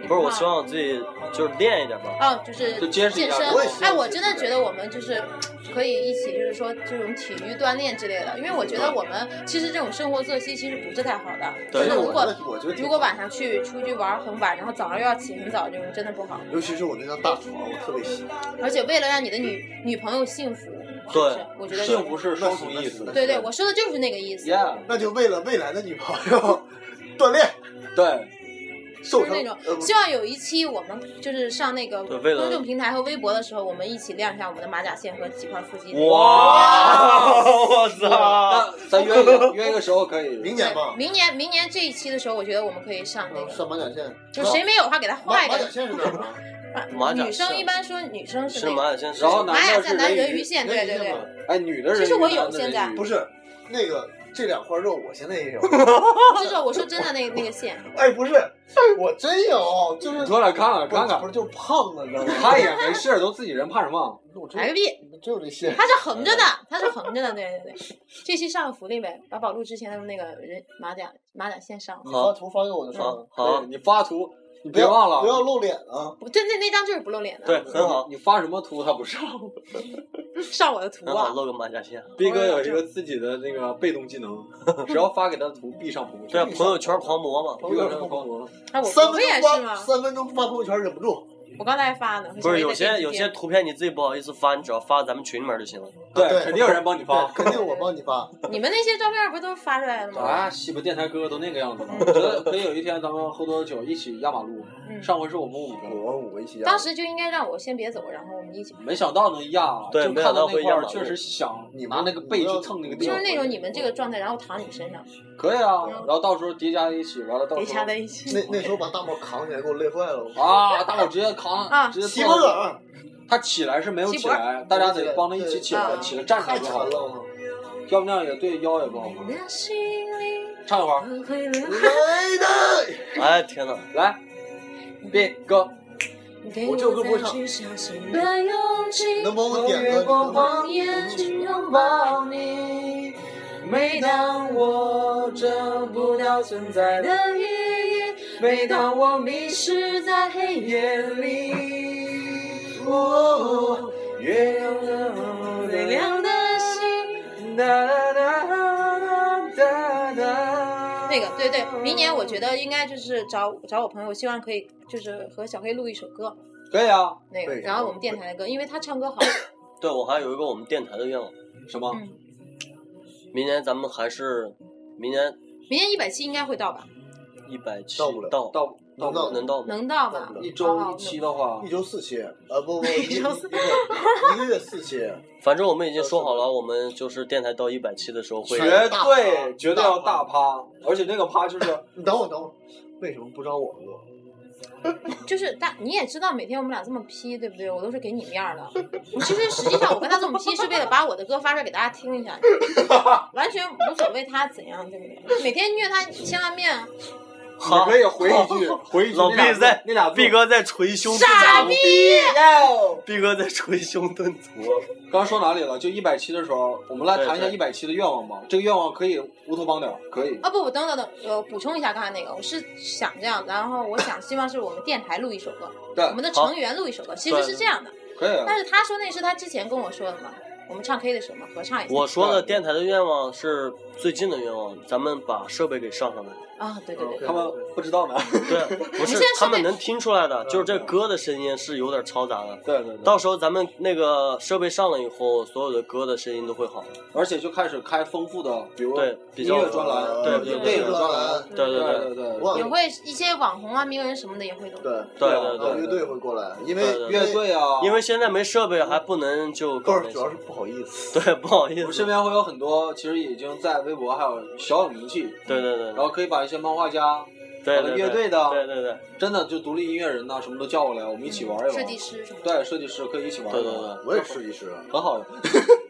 Speaker 4: 你
Speaker 2: 不是，我
Speaker 4: 胖
Speaker 2: 希望我自己就是练一点吧。
Speaker 4: 哦，就是
Speaker 1: 就结
Speaker 4: 健
Speaker 1: 实一
Speaker 4: 身
Speaker 1: 点
Speaker 3: 我也希。望
Speaker 4: 哎，我真的觉得我们就是可以一起，就是说这种体育锻炼之类的，因为我觉得我们其实这种生活作息其实不是太好的。
Speaker 2: 对
Speaker 4: 就是如果
Speaker 3: 我觉得
Speaker 4: 如果晚上去出去玩很晚，然后早上又要起很早，这种真的不好。
Speaker 3: 尤其是我那张大床，我特别喜欢。
Speaker 4: 而且为了让你的女女朋友幸福，是不
Speaker 2: 对
Speaker 4: 是？我觉得是
Speaker 1: 幸福是双重意思。
Speaker 4: 对对，我说的就是那个意思。
Speaker 1: Yeah，
Speaker 3: 那就为了未来的女朋友锻炼
Speaker 1: 对，
Speaker 3: 瘦
Speaker 4: 就是
Speaker 3: 成
Speaker 4: 那
Speaker 3: 呃
Speaker 4: 种，希望有一期我们就是上那个
Speaker 2: 对为了
Speaker 4: 公众平台和微博的时候，我们一起亮相我们的马甲线和几块腹肌。
Speaker 2: 哇！我操！
Speaker 1: 那咱约一个约一个时候可以。
Speaker 3: 明
Speaker 4: 对！
Speaker 3: 年吧，
Speaker 4: 明年明年这一期的时候，我觉得我们可以上那
Speaker 3: 嗯
Speaker 4: 个，
Speaker 3: 上马甲线，
Speaker 4: 就是谁没有的话给他画
Speaker 3: 马
Speaker 4: 一
Speaker 3: 马甲
Speaker 4: 个。
Speaker 3: 线是哪儿啊？
Speaker 2: 马甲
Speaker 4: 女生
Speaker 2: 线
Speaker 4: 一般说女生是
Speaker 2: 是
Speaker 4: 那个
Speaker 2: 马甲线，
Speaker 1: 然后
Speaker 4: 马甲
Speaker 1: 男的是
Speaker 4: 线男
Speaker 1: 人
Speaker 4: 人
Speaker 1: 鱼
Speaker 4: 鱼线，对对对。
Speaker 1: 哎，女的人鱼
Speaker 4: 其实我有
Speaker 1: 男的人鱼
Speaker 4: 现在
Speaker 3: 不是，那个这两块肉我现在也有。
Speaker 4: 就是 *laughs* 我说真的那那个线，
Speaker 3: 哎，不是，我真有，就是
Speaker 1: 你过来看看看
Speaker 3: 不
Speaker 1: 看，
Speaker 3: 是就是胖了，你知道吗？
Speaker 1: 看一眼没事，都自己人，怕什么？
Speaker 3: 我真
Speaker 4: 来个屁！
Speaker 3: 真有这线。
Speaker 4: 它是横着的，它是横着的，对对对。这期上个福利呗，把宝路之前的那个人马甲马甲线上了，
Speaker 3: 你发图发给我就上
Speaker 2: 好
Speaker 3: 了，
Speaker 2: 好
Speaker 1: 对，你发图，你
Speaker 3: 不
Speaker 1: 别
Speaker 3: 要
Speaker 1: 忘了，
Speaker 3: 不要露脸啊！
Speaker 4: 不，对那那张就是不露脸的，
Speaker 2: 对，很好，
Speaker 1: 你发什么图他不上？
Speaker 4: 上我的图
Speaker 2: 很好，
Speaker 4: 啊。
Speaker 2: 露个马甲线。
Speaker 1: 逼哥有一个自己的那个被动技能， *laughs* 只要发给他的图必上朋友
Speaker 2: 对啊，
Speaker 1: 圈。
Speaker 2: 朋友圈狂魔嘛，
Speaker 1: 逼哥上光荣，
Speaker 4: 那我
Speaker 3: 嗯
Speaker 4: 啊
Speaker 3: 三
Speaker 4: 我
Speaker 3: 分钟
Speaker 4: 也是
Speaker 3: 发，
Speaker 4: 吗？
Speaker 3: 三分钟发朋友圈忍不住。
Speaker 4: 我刚才还发呢。
Speaker 2: 不是有
Speaker 4: 我现在
Speaker 2: 些
Speaker 4: 在
Speaker 2: 有些
Speaker 4: 编辑
Speaker 2: 图片你自己不好意思发，你只要发咱们群里面就行了。
Speaker 1: 对，
Speaker 3: 对
Speaker 1: 肯定有人帮你发。
Speaker 3: 肯定我帮你发，
Speaker 4: 编你们那些照片不都发出来了吗？
Speaker 1: 啊，西部电台哥哥都那个样子了，我觉得可以有一天咱们喝多少酒一起压马路。
Speaker 4: 嗯
Speaker 1: 上回是我们五个，
Speaker 3: *laughs* 我五个一起啊
Speaker 4: 当时就应该让我先别走，然后我们一起。
Speaker 1: 没想到能压，
Speaker 2: 对
Speaker 1: 就
Speaker 2: 没
Speaker 1: 看
Speaker 2: 想
Speaker 1: 到
Speaker 2: 到
Speaker 1: 那
Speaker 2: 会
Speaker 1: 块
Speaker 2: 压
Speaker 1: 儿
Speaker 2: 马路
Speaker 1: 确实想
Speaker 3: 你
Speaker 1: 拿那个背去蹭那个地
Speaker 4: 就
Speaker 1: 方
Speaker 4: 是。那种你们这个状态，然后躺你身上，
Speaker 1: 可以啊，然后到时候叠加一起，完了到
Speaker 4: 别
Speaker 1: 时候
Speaker 4: 掐在一起。
Speaker 3: 那那时候把大帽扛起来，给我累坏了。
Speaker 1: 啊，大伙直接扛，
Speaker 4: 啊
Speaker 1: 直接
Speaker 3: 西
Speaker 1: 坐
Speaker 3: 伯
Speaker 1: 到
Speaker 3: 梗，
Speaker 1: 他起来是没有
Speaker 4: 齐
Speaker 1: 起
Speaker 4: 脖
Speaker 1: 来，大家得帮他一起起来，
Speaker 4: 对啊
Speaker 1: 起来站起来
Speaker 3: 太
Speaker 1: 就
Speaker 3: 馋
Speaker 1: 好
Speaker 3: 了
Speaker 1: 了，
Speaker 3: 我操！
Speaker 1: 要不那样也对腰也不好。
Speaker 4: 的心里
Speaker 1: 唱一会儿，
Speaker 4: 我会留
Speaker 3: 来的。
Speaker 2: 哎天哪，
Speaker 1: 来，别哥，
Speaker 4: 给
Speaker 3: 我这首歌不会唱
Speaker 4: 再去相信的勇气
Speaker 3: 能帮我点个
Speaker 4: 越过谎言去拥抱你。每当我找不到存在的意义，每当我迷失在黑夜里，哦，
Speaker 1: 月亮的
Speaker 4: 最亮的心。
Speaker 1: 哒哒哒哒哒
Speaker 4: 那个，对对，明年我觉得应该就是找找我朋友，希望可以就是和小黑录一首歌，
Speaker 1: 可以啊，
Speaker 4: 那个，
Speaker 3: 对
Speaker 4: 然后我们电台的歌，因为他唱歌好，
Speaker 2: 对我还有一个我们电台的愿望，
Speaker 1: 什么？
Speaker 4: 嗯，
Speaker 2: 明年咱们还是明年
Speaker 4: 明年一百期应该会到吧？
Speaker 2: 一百期
Speaker 3: 到不了
Speaker 2: 到
Speaker 1: 到到
Speaker 3: 能到
Speaker 2: 能到吗？
Speaker 4: 能到吧？
Speaker 1: 一周一
Speaker 4: 哦
Speaker 1: 期的话
Speaker 3: 一，周四期，啊不不，
Speaker 4: *laughs* 一
Speaker 3: 一
Speaker 4: 周四
Speaker 3: 一个一个月四期，
Speaker 2: 反正我们已经说好了，我们就是电台到一百期的时候会
Speaker 1: 绝
Speaker 3: 全大趴
Speaker 1: 对绝对要大趴，而且那个趴就是
Speaker 3: 你等我等我，为什么不找我录？
Speaker 4: 就是大，你也知道，每天我们俩这么批，对不对？我都是给你面
Speaker 1: *laughs*
Speaker 4: 儿的。其实实际上，我跟他这么批是为了把我的歌发出来给大家听一下，
Speaker 1: *laughs*
Speaker 4: 完全无所谓他怎样，对不对？每天虐他千万遍啊，
Speaker 1: 你可以回一句，回一句。
Speaker 2: 老
Speaker 1: 那俩
Speaker 2: B 在
Speaker 1: 那俩字
Speaker 2: 毕，哥在捶胸顿
Speaker 4: 傻
Speaker 2: 足
Speaker 4: 逼，
Speaker 2: 毕哥在捶胸顿足。
Speaker 1: 刚刚说哪里了？就一百期的时候，我们来谈一下
Speaker 2: 对
Speaker 1: 一百期的愿望吧。这个愿望可以乌托邦点儿，可以。
Speaker 4: 啊不，我等等等，我补充一下刚才那个，我是想这样，然后我想希望是我们电台录一首歌，
Speaker 1: 对
Speaker 4: 我，们的成员录一首歌，其实是这样的。
Speaker 1: 可以。啊
Speaker 4: 但是他说那是他之前跟我说的嘛，我们唱 K 的时候嘛，合唱一下。
Speaker 2: 我说的电台的愿望是最近的愿望，咱们把设备给上上来。
Speaker 4: 啊，对对对对
Speaker 1: 他们不知
Speaker 2: *laughs*
Speaker 1: 道呢。
Speaker 2: 对，不
Speaker 4: 你现
Speaker 2: 是
Speaker 4: 在
Speaker 2: 他
Speaker 4: 设
Speaker 2: 们
Speaker 4: 备
Speaker 2: 能听出来的，
Speaker 1: 嗯
Speaker 2: 就是这
Speaker 1: 对
Speaker 2: 歌的声音是有点嘈杂的。
Speaker 1: 对对对。
Speaker 2: 到时候咱们那个设备上了以后，所有的歌的声音都会好。
Speaker 1: 而且就开始开丰富的，比如
Speaker 2: 对比
Speaker 1: 音
Speaker 2: 较
Speaker 1: 乐专栏、
Speaker 3: 呃
Speaker 2: 对
Speaker 1: 有
Speaker 2: 对
Speaker 1: 电影
Speaker 2: 对
Speaker 1: 专栏，
Speaker 2: 对对对
Speaker 1: 对对
Speaker 3: 哇
Speaker 4: 也会一些网红啊、名人什么的也会有。
Speaker 3: 对
Speaker 2: 对
Speaker 1: 哦对
Speaker 3: 啊
Speaker 2: 对
Speaker 3: 乐
Speaker 2: 对，
Speaker 3: 队会过来，因为
Speaker 2: 对对对
Speaker 1: 乐队啊，
Speaker 2: 因为现在没设备，还不能就
Speaker 3: 不
Speaker 2: 搞
Speaker 3: 是
Speaker 2: 那
Speaker 3: 主要是
Speaker 2: 些。
Speaker 3: 不好意思，
Speaker 2: 对，不好意
Speaker 1: 我们身
Speaker 2: 思。
Speaker 1: 边会有很多其实已经在微博还有小有名气，
Speaker 2: 对对对
Speaker 1: 然后可以把一些漫画家、
Speaker 2: 对
Speaker 1: 搞
Speaker 2: 对
Speaker 1: 得乐队的
Speaker 2: 对对对
Speaker 1: 真的就独立音乐人呐、什么都叫过来，我们一起玩一玩。
Speaker 4: 嗯设计师什么的。
Speaker 1: 对设计师可以一起玩一玩。
Speaker 2: 对对对
Speaker 3: 我也试一试啊。
Speaker 1: 很好的。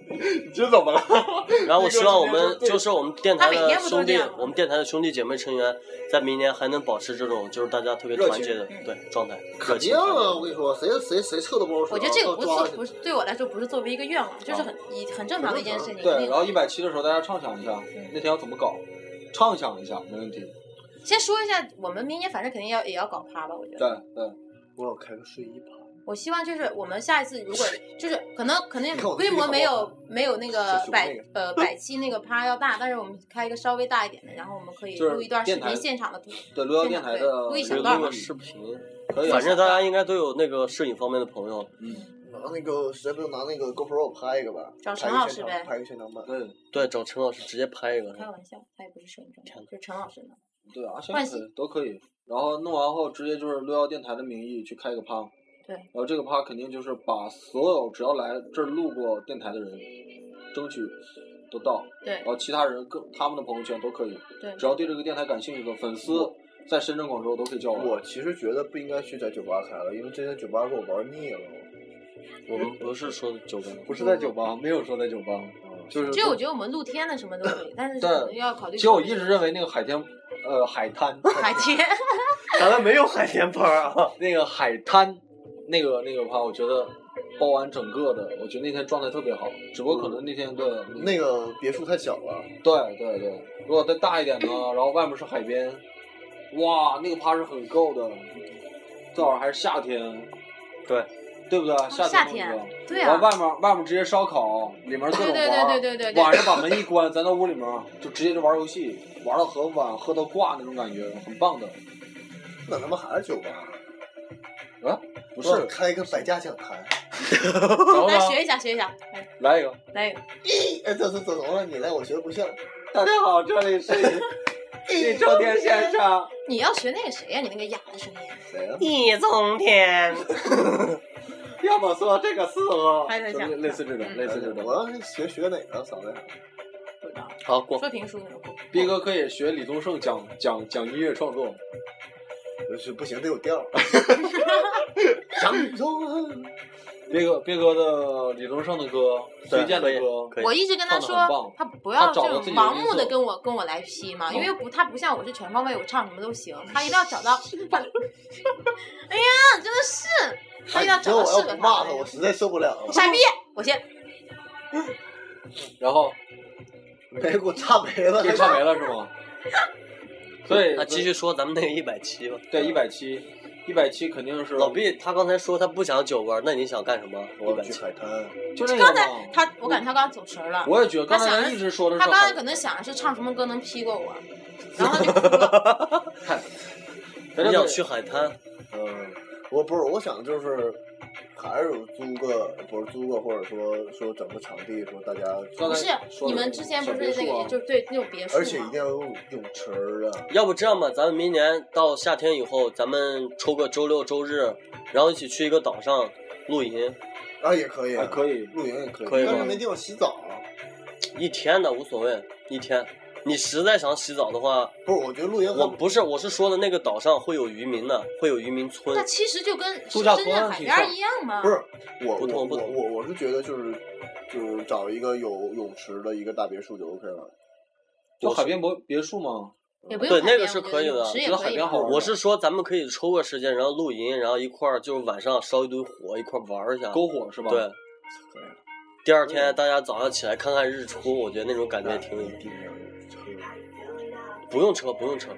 Speaker 1: 你这怎么了？
Speaker 2: 对。然后我希望我
Speaker 1: 那个
Speaker 2: 们
Speaker 1: 对
Speaker 2: 就是我们电台
Speaker 4: 他每
Speaker 2: 的
Speaker 4: 天不都
Speaker 2: 兄
Speaker 4: 这
Speaker 2: 弟
Speaker 4: 样吗，
Speaker 2: 我们电台的兄弟姐妹成员，在明年还能保持这种就是大家特别
Speaker 1: 热
Speaker 2: 团
Speaker 1: 情
Speaker 2: 结
Speaker 4: 嗯
Speaker 2: 的对状态。
Speaker 3: 肯定啊！我跟你说，谁谁谁撤都不好使啊。
Speaker 4: 我觉得这个
Speaker 3: 都
Speaker 4: 不
Speaker 3: 抓
Speaker 4: 是
Speaker 3: 起
Speaker 4: 不是对我来说不是作为一个愿望，
Speaker 1: 啊
Speaker 4: 就是很一很正常的一件事情。
Speaker 1: *laughs* 对，
Speaker 4: 那个
Speaker 1: 然后一百期的时候大家畅想一下那天要怎么搞，畅想一下没问题。
Speaker 4: 先说一下，我们明年反正肯定要也要搞趴吧，我觉
Speaker 1: 对
Speaker 4: 得。
Speaker 1: 对，
Speaker 3: 我要开个睡衣吧。
Speaker 4: 我希望就是我们下一次如
Speaker 1: *laughs*
Speaker 4: 果就是可能可能
Speaker 3: 你看我
Speaker 4: 规模没有没有那
Speaker 3: 小
Speaker 4: 个
Speaker 3: 熊
Speaker 4: 百
Speaker 3: 那个
Speaker 1: *laughs*
Speaker 4: 呃百期那个趴要大，但是我们开一个稍微大一点的，然后我们可以
Speaker 1: 就是
Speaker 4: 录一段视
Speaker 1: 电台
Speaker 4: 频现场的图。
Speaker 1: 对罗阳电台的
Speaker 4: 故意
Speaker 2: 就
Speaker 4: 想
Speaker 2: 录
Speaker 4: 到
Speaker 2: 个
Speaker 4: 了
Speaker 2: 视频，
Speaker 1: 可以啊
Speaker 2: 反正大家应该都有那个摄影方面的朋友。
Speaker 3: 拿那个实在不行拿那个 GoPro 拍一个吧，
Speaker 4: 找
Speaker 3: 拍
Speaker 4: 陈
Speaker 3: 个
Speaker 4: 老
Speaker 3: 现
Speaker 4: 师
Speaker 3: 场
Speaker 4: 呗
Speaker 3: 拍个现场版。
Speaker 1: 对
Speaker 2: 对，找陈老师直接拍一个。
Speaker 4: 开玩笑，他也不是摄影专
Speaker 2: 天
Speaker 4: 业
Speaker 2: 哪，
Speaker 4: 就是陈老师呢。
Speaker 1: 对啊，现
Speaker 4: 换
Speaker 1: 在
Speaker 4: 新
Speaker 1: 都可以。然后弄完后，直接就是六幺电台的名义去开一个趴。
Speaker 4: 对
Speaker 1: 然后这个趴肯定就是把所有只要来这儿路过电台的人，争取都到。
Speaker 4: 对
Speaker 1: 然后其他人更他们的朋友圈都可以，
Speaker 4: 对
Speaker 1: 只要对这个电台感兴趣的粉丝，在深圳、广州都可以叫
Speaker 3: 我其实觉得不应该去在酒吧开了，因为之前酒吧给我玩腻了。
Speaker 2: 我们不是说哦酒吧，
Speaker 1: 不是在酒吧，没有说在酒吧，就是
Speaker 4: 其实我觉得我们露天的什么都可以，但是可能要考虑。
Speaker 1: 其实我一直认为那个海天，呃，海滩，
Speaker 4: 海
Speaker 1: *laughs*
Speaker 4: 天，
Speaker 2: 咱们没有海天班啊。
Speaker 1: 那个海滩，那个那个趴，我觉得包完整个的，我觉得那天状态特别好。只不过可能那天的
Speaker 2: 嗯
Speaker 3: 那个别墅太小了，
Speaker 1: 对对对，如果再大一点呢，然后外面是海边，哇，那个趴是很够的。正好还是夏天，
Speaker 2: 对，
Speaker 1: 对不对？哦夏
Speaker 4: 夏
Speaker 1: 天那个
Speaker 4: 天对
Speaker 1: 然
Speaker 4: 啊
Speaker 1: 后，外面外面直接烧烤，里面各
Speaker 4: 对
Speaker 1: 种玩
Speaker 4: 对
Speaker 1: 儿。
Speaker 4: 对对对对
Speaker 1: 晚
Speaker 4: 对，
Speaker 1: 上把门一关，咱到屋里面就直接就玩游戏，玩到很晚，喝到挂那种感觉，很棒的。
Speaker 3: 那他妈还是酒吧。
Speaker 1: 不
Speaker 3: 我要开一个百家讲坛。
Speaker 1: 然后呢
Speaker 4: 来？学一下学一下，来
Speaker 1: 来一个。
Speaker 4: 来一个，
Speaker 3: 哎，这这怎么了？你来，我学的不像。
Speaker 1: 大家好，这里是一周天先生。
Speaker 4: 你要学那个谁呀？你那个哑的声音，啊
Speaker 3: 谁 *laughs* 呀、
Speaker 2: 易中天，
Speaker 1: 要么说这个是我
Speaker 4: 还有
Speaker 1: 就
Speaker 4: 谁
Speaker 1: 类类似这种，
Speaker 4: 嗯
Speaker 1: 类似这
Speaker 3: 我
Speaker 1: 种。
Speaker 3: 要是学学哪个嗓子眼儿？
Speaker 4: 不知道
Speaker 2: 好过。
Speaker 4: 说评书那种。
Speaker 2: 嗯
Speaker 1: 逼哥可以学李宗盛讲讲讲音乐创作，
Speaker 3: 就是不行，得有 *laughs* 调儿。扬州啊
Speaker 1: 逼哥逼哥的李宗盛的歌，
Speaker 2: 对
Speaker 1: 崔健的歌，
Speaker 2: 可以
Speaker 4: 我一直跟他
Speaker 1: 唱得很棒
Speaker 4: 说，他不要这种
Speaker 1: 他找
Speaker 4: 盲目
Speaker 1: 到自己的音嗯
Speaker 4: 的
Speaker 1: 色
Speaker 4: 跟我跟我来批嘛，因为不他不像我是全方位，我唱什么都行，
Speaker 1: 嗯
Speaker 4: 他一定要找到。他 *laughs* 哎呀，真的是，他一定要
Speaker 3: 哎你知道
Speaker 4: 找到
Speaker 3: 我
Speaker 4: 适
Speaker 3: 要
Speaker 4: 合
Speaker 3: 不骂
Speaker 4: 的
Speaker 3: 他，
Speaker 4: 那
Speaker 3: 我
Speaker 4: 种。
Speaker 3: 实在受不了了。
Speaker 4: 傻逼，我先
Speaker 1: 然后
Speaker 3: 你别给我唱没了，
Speaker 1: 给唱没了是
Speaker 2: *laughs*
Speaker 1: 吗？所以
Speaker 2: 那继续说咱们那个一百七吧。
Speaker 1: 对一百七，一百七肯定是
Speaker 2: 老毕他刚才说他不想酒吧，那你想干什么？
Speaker 3: 我
Speaker 2: 一
Speaker 3: 要
Speaker 2: 百
Speaker 3: 去
Speaker 2: 七。
Speaker 3: 海滩。
Speaker 1: 就那个
Speaker 4: 刚才
Speaker 1: 嘛
Speaker 4: 他，我感觉他刚走神儿了。
Speaker 1: 我也觉得刚才
Speaker 4: 他想
Speaker 1: 咱一直说的是
Speaker 4: 他刚才
Speaker 1: 海
Speaker 4: 可能想的是唱什么歌能劈过
Speaker 1: *laughs*
Speaker 4: 我，然后他就哭了。
Speaker 1: 咱
Speaker 2: 你
Speaker 1: 这
Speaker 2: 想
Speaker 1: 个
Speaker 2: 去海滩？
Speaker 3: 嗯，我不是，我想就是还是有租个，不是租个，或者说说整个场地，说大家，
Speaker 1: 刚
Speaker 4: 不
Speaker 1: 才
Speaker 4: 是
Speaker 1: 说
Speaker 4: 你
Speaker 1: 的
Speaker 4: 们之前
Speaker 1: 小
Speaker 4: 不是
Speaker 1: 别墅
Speaker 4: 那
Speaker 1: 啊
Speaker 4: 个，就对那种别墅
Speaker 3: 而且一
Speaker 4: 吗
Speaker 3: 定？要有泳池儿啊。
Speaker 2: 要不这样吧，咱们明年到夏天以后，咱们抽个周六周日，然后一起去一个岛上露营，
Speaker 3: 啊，也可以啊，
Speaker 1: 还可以，
Speaker 3: 露营也可以，
Speaker 2: 可以
Speaker 3: 但是
Speaker 2: 吗
Speaker 3: 没地方洗澡啊。
Speaker 2: 一天的无所谓，一天。你实在想洗澡的话，
Speaker 3: 不是，我觉得露营
Speaker 2: 我
Speaker 3: 很
Speaker 2: 不是，我是说的那个岛上会有渔民的，会有渔民村
Speaker 4: 那。其实就跟
Speaker 1: 度
Speaker 4: 深
Speaker 1: 假村
Speaker 4: 圳海边儿一样嘛。
Speaker 3: 不是我
Speaker 2: 不同
Speaker 3: 我
Speaker 2: 不同
Speaker 3: 我我我是觉得就是就是找一个有泳池的一个大别墅就 OK 了。
Speaker 1: 就海边别别墅嘛，
Speaker 4: 也不用
Speaker 2: 对，
Speaker 4: 海
Speaker 2: 那
Speaker 4: 边
Speaker 2: 个是可以
Speaker 4: 我觉得
Speaker 2: 的
Speaker 4: 泳池，
Speaker 1: 觉
Speaker 4: 也
Speaker 1: 得
Speaker 4: 可
Speaker 1: 海
Speaker 4: 以
Speaker 1: 边好玩
Speaker 2: 我是说，咱们可以抽个时间，然后露营，然后一块儿就是晚上烧一堆火，一块儿玩儿一下。
Speaker 1: 篝火是吧？
Speaker 2: 对，啊
Speaker 3: 可以了
Speaker 2: 第二天大家早上起来看看日出，我觉得那种感觉也挺有
Speaker 3: 啊一。定要有车
Speaker 2: 不用车，不用车，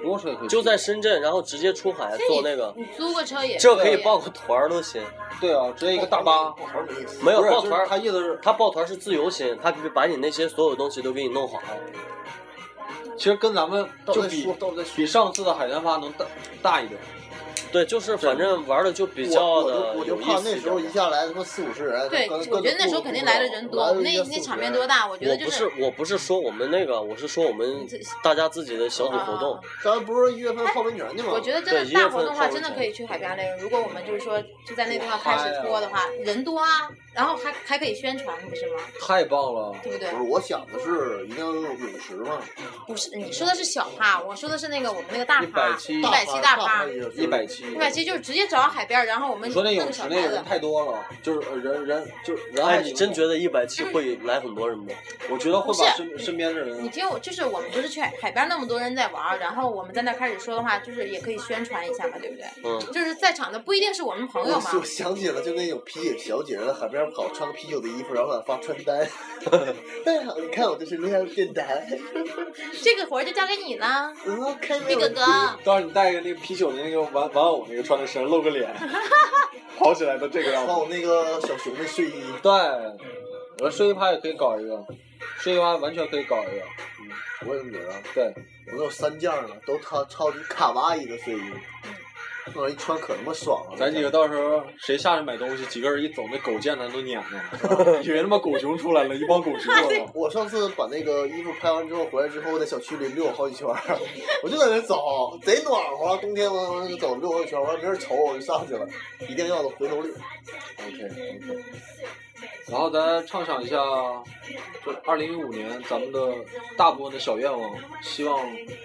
Speaker 1: 不用说也可以。
Speaker 2: 就在深圳，然后直接出海
Speaker 4: 所以
Speaker 2: 坐那个，
Speaker 4: 你嗯租个车也
Speaker 2: 这可以
Speaker 4: 报
Speaker 2: 报个团儿都行。
Speaker 1: 对啊，直接一个大巴。
Speaker 3: 抱团儿没意思。
Speaker 2: 没有
Speaker 1: 不是
Speaker 2: 抱
Speaker 1: 就是
Speaker 2: 团儿
Speaker 1: 他意思是，
Speaker 2: 他抱团是自由行，他可以把你那些所有东西都给你弄好。
Speaker 1: 其实跟咱们
Speaker 3: 到
Speaker 1: 就
Speaker 3: 再
Speaker 1: 比
Speaker 3: 说，到再说
Speaker 1: 比。上次的海南发能大大一点。
Speaker 2: 对，就是反正玩的就比
Speaker 3: 我
Speaker 2: 较
Speaker 3: 我
Speaker 2: 的
Speaker 3: 就我就
Speaker 2: 有意
Speaker 3: 怕
Speaker 2: 思
Speaker 3: 那
Speaker 2: 一
Speaker 3: 时候一
Speaker 2: 点。
Speaker 3: 下来他妈四五十人，
Speaker 4: 对，
Speaker 3: 跟
Speaker 4: 我觉得那时候肯定来的人多，我们那那场面多。大，我觉
Speaker 2: 我
Speaker 4: 得就
Speaker 2: 不是我不是说我们那个，我是说我们大家自己的小组活动
Speaker 4: 啊。
Speaker 3: 咱们不是一月份泡温泉去吗？
Speaker 4: 我觉得真
Speaker 2: 对
Speaker 4: 的
Speaker 2: 一月
Speaker 4: 大
Speaker 2: 份
Speaker 4: 活动的话，
Speaker 2: 泡温
Speaker 4: 真的
Speaker 2: 泉
Speaker 4: 可以去海边那个。如果我们就是说就在那地方开始拖的话，人多啊，然后还还可以宣传，不是吗？
Speaker 1: 太棒了！
Speaker 4: 对不对
Speaker 3: 不？是，我想的是一定要用泳池嘛，
Speaker 4: 不是，你说的是小趴，我说的是那个我们那个大趴，
Speaker 1: 170
Speaker 4: 一百七大趴，
Speaker 1: 一百七，
Speaker 4: 一百七就是直接找海边，然后我们
Speaker 1: 你说那
Speaker 4: 弄
Speaker 1: 泳
Speaker 4: 个
Speaker 1: 池
Speaker 4: 小
Speaker 1: 那
Speaker 4: 台
Speaker 1: 个人
Speaker 4: 子。
Speaker 1: 太多了，就是呃人人就是人还
Speaker 2: 哎，
Speaker 1: 挺
Speaker 2: 你
Speaker 1: 多
Speaker 2: 真觉得一百七会来很多人吗？
Speaker 1: 我觉得会
Speaker 4: 不
Speaker 1: 把
Speaker 4: 是
Speaker 1: 身身边的
Speaker 4: 你
Speaker 1: 人，
Speaker 4: 听我，就是我们不是去海边那么多人在玩儿，然后我们在那开始说的话，就是也可以宣传一下嘛，对不对？
Speaker 2: 嗯，
Speaker 4: 就是在场的不一定是我们朋友嘛，
Speaker 3: 我我想起了，就那种啤酒小姐在海边跑，穿个啤酒的衣服，然后发传单。 *laughs* 大好，你看我这是那样的电台，
Speaker 4: 这个活儿就交给你了，
Speaker 3: 嗯，开没
Speaker 4: 玉
Speaker 3: 有
Speaker 4: 哥
Speaker 3: 问题
Speaker 4: 哥。
Speaker 1: 到时候你带个那个啤酒的那个玩玩偶那个穿的身，露个
Speaker 4: *laughs*
Speaker 1: 脸，跑起来都这个样
Speaker 3: 穿
Speaker 1: 子。
Speaker 3: 我那个小熊的睡衣，
Speaker 1: 对，我说睡衣趴也可以搞一个，睡衣趴完全可以搞一个。
Speaker 3: 我也没了，
Speaker 1: 对，
Speaker 3: 我都有三件了，都超超级卡哇伊的睡衣，那玩意一穿可他妈爽了。
Speaker 1: 咱几个到时候谁下去买东西，几个人一走，那狗见咱都撵
Speaker 2: *laughs*
Speaker 1: 了，以为他妈狗熊出来了，一帮狗熊过
Speaker 4: *laughs*
Speaker 1: 来了。
Speaker 3: *laughs* 我上次把那个衣服拍完之后，回来之后在小区里溜好几圈儿，我就在那走，贼暖和，冬天完完就走溜好几圈儿，完没人瞅我，我就上去了，一定要的回头率。
Speaker 1: OK OK。然后咱畅想一下，就二零一五年咱们的大部分的小愿望，希望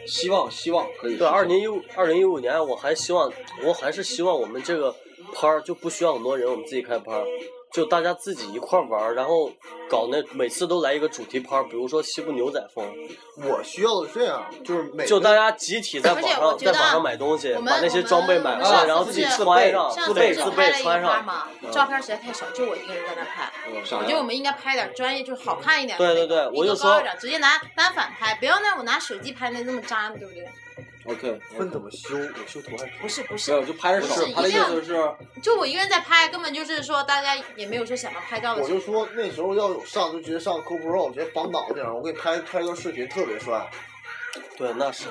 Speaker 1: 希望希望可以实现。
Speaker 2: 对，二零一五二零一五年，我还希望，我还是希望我们这个拍儿就不需要很多人，我们自己开拍儿，就大家自己一块儿玩儿，然后搞那每次都来一个主题拍儿，比如说西部牛仔风，
Speaker 3: 我需要的是这样，就是每
Speaker 2: 就
Speaker 3: 个
Speaker 2: 大家集体在网
Speaker 4: 而且我
Speaker 2: 上
Speaker 4: 觉得
Speaker 2: 在
Speaker 4: 啊
Speaker 2: 网上买东西，
Speaker 4: 我们
Speaker 2: 把那些装备买回
Speaker 1: 我
Speaker 2: 来，
Speaker 1: 们
Speaker 2: 然后
Speaker 4: 上
Speaker 2: 自
Speaker 4: 次
Speaker 2: 己
Speaker 4: 不是
Speaker 2: 穿上，
Speaker 4: 上
Speaker 2: 自
Speaker 4: 次
Speaker 2: 备
Speaker 4: 就
Speaker 2: 自
Speaker 4: 拍
Speaker 2: 备
Speaker 4: 了一
Speaker 2: 穿
Speaker 4: 个花
Speaker 2: 上。嗯
Speaker 4: 嘛，照片实在太少，就我一个人在那拍。
Speaker 1: 啥
Speaker 4: 我觉得我们应该拍点专业，就是好看一点的
Speaker 2: 对对
Speaker 4: 那个。
Speaker 2: 对我就
Speaker 4: 一个高
Speaker 2: 说
Speaker 4: 一点，直接拿单反拍，不要那我拿手机拍那那么渣，对不对？
Speaker 1: OK，
Speaker 3: 分怎么修，我修图案。
Speaker 4: 不是不
Speaker 1: 没有
Speaker 4: 是，
Speaker 1: 就拍着
Speaker 4: 不
Speaker 1: 手
Speaker 4: 是，
Speaker 1: 他的
Speaker 4: 一
Speaker 1: 意
Speaker 4: 定要
Speaker 1: 思是
Speaker 4: 就我一个人在拍，根本就是说大家也没有说想要拍照的
Speaker 3: 我
Speaker 4: 时候。
Speaker 3: 就说那时候要有上，就直接上 GoPro，直接绑脑袋上，我给你拍拍段视频，特别帅，
Speaker 2: 对，那是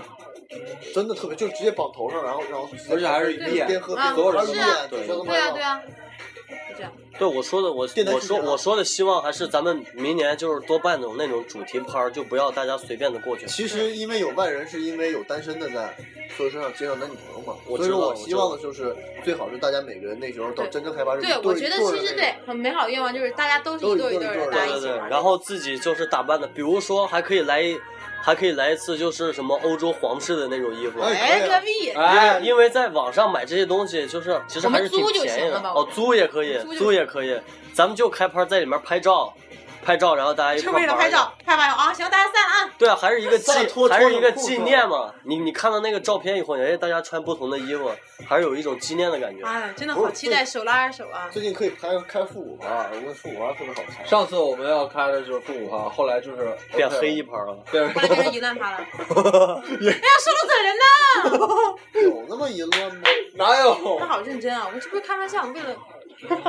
Speaker 3: 真的特别，就是直接绑头上，然后然后
Speaker 1: 而且还是一
Speaker 3: 边
Speaker 1: 遍
Speaker 3: 边喝
Speaker 4: 啊
Speaker 3: 边喝，
Speaker 4: 是
Speaker 3: 边
Speaker 4: 啊
Speaker 3: 练就
Speaker 4: 对啊
Speaker 3: 啊
Speaker 4: 对啊，就这样。
Speaker 2: 对我说的，我
Speaker 3: 电台
Speaker 2: 我
Speaker 3: 视
Speaker 2: 说
Speaker 3: 频啊
Speaker 2: 我说的希望还是咱们明年就是多办那种那种主题拍儿，就不要大家随便的过去。
Speaker 3: 其实因为有外人，是因为有单身的在，所以说想介绍男女朋友嘛。
Speaker 2: 我
Speaker 3: 所以
Speaker 2: 知道
Speaker 3: 说
Speaker 2: 我
Speaker 3: 我
Speaker 2: 知
Speaker 3: 希望的就是最好是大家每个人那时候到
Speaker 4: 对
Speaker 3: 真正开发是
Speaker 4: 对，我觉得其实对很美好的愿望就是大家都是一对一对的，大家
Speaker 2: 对
Speaker 4: 一
Speaker 2: 对
Speaker 4: 起
Speaker 2: 对，
Speaker 4: 玩。
Speaker 2: 然后自己就是打扮的，比如说还可以来一，还可以来一次就是什么欧洲皇室的那种衣服。
Speaker 4: 哎，隔壁
Speaker 1: 哎，
Speaker 2: 因为在网上买这些东西，就是其实还是挺
Speaker 4: 我们租就
Speaker 2: 便宜
Speaker 4: 行了
Speaker 2: 的。
Speaker 4: 吧
Speaker 2: 哦，租也可以
Speaker 4: 租，就
Speaker 2: 租也可以，咱们就开拍在里面拍照，拍照，然后大家一
Speaker 4: 是
Speaker 2: 块
Speaker 4: 为
Speaker 2: 玩
Speaker 4: 了拍照。，拍完啊，行，大家散了啊。
Speaker 2: 对啊，还是一个纪
Speaker 3: 再脱，
Speaker 2: 还
Speaker 3: 脱
Speaker 2: 是一
Speaker 3: 泳
Speaker 2: 个
Speaker 3: 裤
Speaker 2: 纪
Speaker 3: 出来
Speaker 2: 念嘛。你你看到那个照片以后，哎，大家穿不同的衣服，还是有一种纪念的感觉。
Speaker 4: 哎呀，真的好期待手拉着手啊！
Speaker 3: 最近可以拍开复古啊，我们复古啊特别好
Speaker 4: *laughs*
Speaker 3: 看。
Speaker 1: 上次我们要开的就是复古趴，后来就是
Speaker 2: 变黑一，盘了，
Speaker 1: *laughs* 变
Speaker 4: 后来变成淫乱趴了。哎呀，说漏嘴人呢！
Speaker 3: 有那么淫乱吗？
Speaker 1: 哪
Speaker 4: 他
Speaker 1: 有？
Speaker 4: 好认真啊！我这不是开玩笑，我为了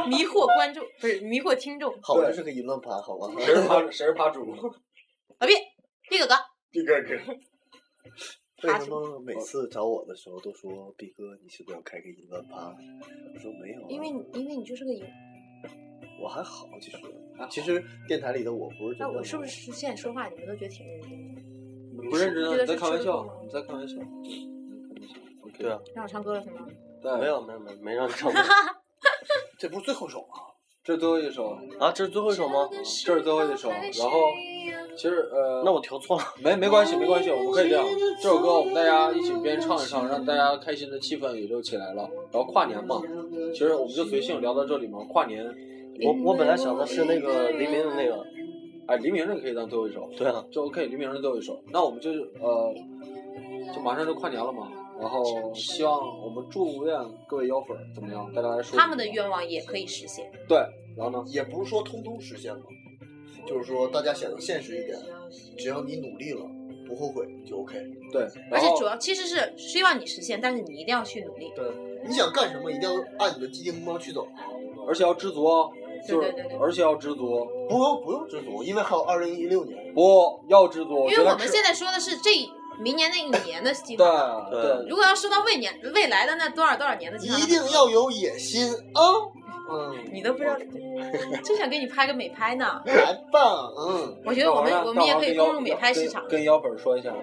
Speaker 4: 迷惑观众，不是迷惑听众。
Speaker 3: 好，这是个淫乱盘，
Speaker 2: *laughs*
Speaker 3: 好吧？
Speaker 1: 谁是趴谁是趴主？
Speaker 4: 老毕，毕哥哥，
Speaker 1: 一个个。
Speaker 3: 为什么每次找我的时候都说毕哥，你是不是要开个淫乱趴？我说没有啊，
Speaker 4: 因为你因为你就是个淫，
Speaker 3: 我还好，其实其实电台里的我不是真
Speaker 4: 那
Speaker 3: 的。
Speaker 4: 我是不是现在说话你们都觉得挺认真的？
Speaker 1: 不认真啊，
Speaker 4: 觉
Speaker 1: 你
Speaker 4: 得
Speaker 1: 在
Speaker 4: 是
Speaker 1: 开玩
Speaker 4: 吃
Speaker 1: 笑
Speaker 4: 醋吗，
Speaker 1: 你在开玩笑。OK，
Speaker 2: 对啊，
Speaker 4: 让我唱歌了是吗？
Speaker 1: 对，
Speaker 2: 没有没有没有没让你唱
Speaker 4: *laughs*
Speaker 2: 歌
Speaker 3: 这不是最后一首啊吗？
Speaker 1: 这最后一首，
Speaker 2: 啊，这是最后一首吗？
Speaker 1: 这是最后一首，然后其实呃，
Speaker 2: 那我调错了，
Speaker 1: 没没关系，没关系，我们可以这样。这首歌我们大家一起边唱一唱，让大家开心的气氛也就起来了。然后跨年嘛，其实我们就随性聊到这里嘛。跨年，
Speaker 2: 我我本来想的是那个黎明的那个，
Speaker 1: 哎，黎明这个可以当最后一首，
Speaker 2: 对啊，
Speaker 1: 就 OK，黎明是最后一首。那我们就是呃，就马上就跨年了嘛，然后希望我们祝愿各位妖粉儿怎么样？大家来说
Speaker 4: 他们的愿望也可以实现。
Speaker 1: 对，然后呢？
Speaker 3: 也不是说通通实现吧，就是说大家想的现实一点，只要你努力了，不后悔就 OK。
Speaker 1: 对，
Speaker 4: 而
Speaker 1: 然
Speaker 4: 且
Speaker 1: 后
Speaker 4: 主要其实是希望你实现，但是你一定要去努力。
Speaker 3: 对，你想干什么，一定要按你的既定目标去走，
Speaker 1: 而且要知足哦，就
Speaker 4: 对
Speaker 1: 是
Speaker 4: 对对对
Speaker 1: 而且要知足，
Speaker 3: 不用不用知足，因为还有二零一六年。
Speaker 1: 不要知足。
Speaker 4: 因
Speaker 1: 觉
Speaker 4: 为
Speaker 1: 得
Speaker 4: 我们
Speaker 1: 是
Speaker 4: 现在说的是这明年那一年的计
Speaker 1: 对
Speaker 4: 划，
Speaker 1: 对
Speaker 4: 如果要说到未年未来的那多少多少年的计划，
Speaker 3: 一定要有野心啊！嗯，
Speaker 4: 你都不知道，就想给你拍个美拍
Speaker 3: *laughs*
Speaker 4: 呢。
Speaker 3: 来吧，嗯，
Speaker 4: 我觉得我们
Speaker 1: 大王
Speaker 4: 我们也可以
Speaker 1: 大王跟妖
Speaker 4: 攻入美拍市场
Speaker 1: 跟。跟妖粉儿说一下，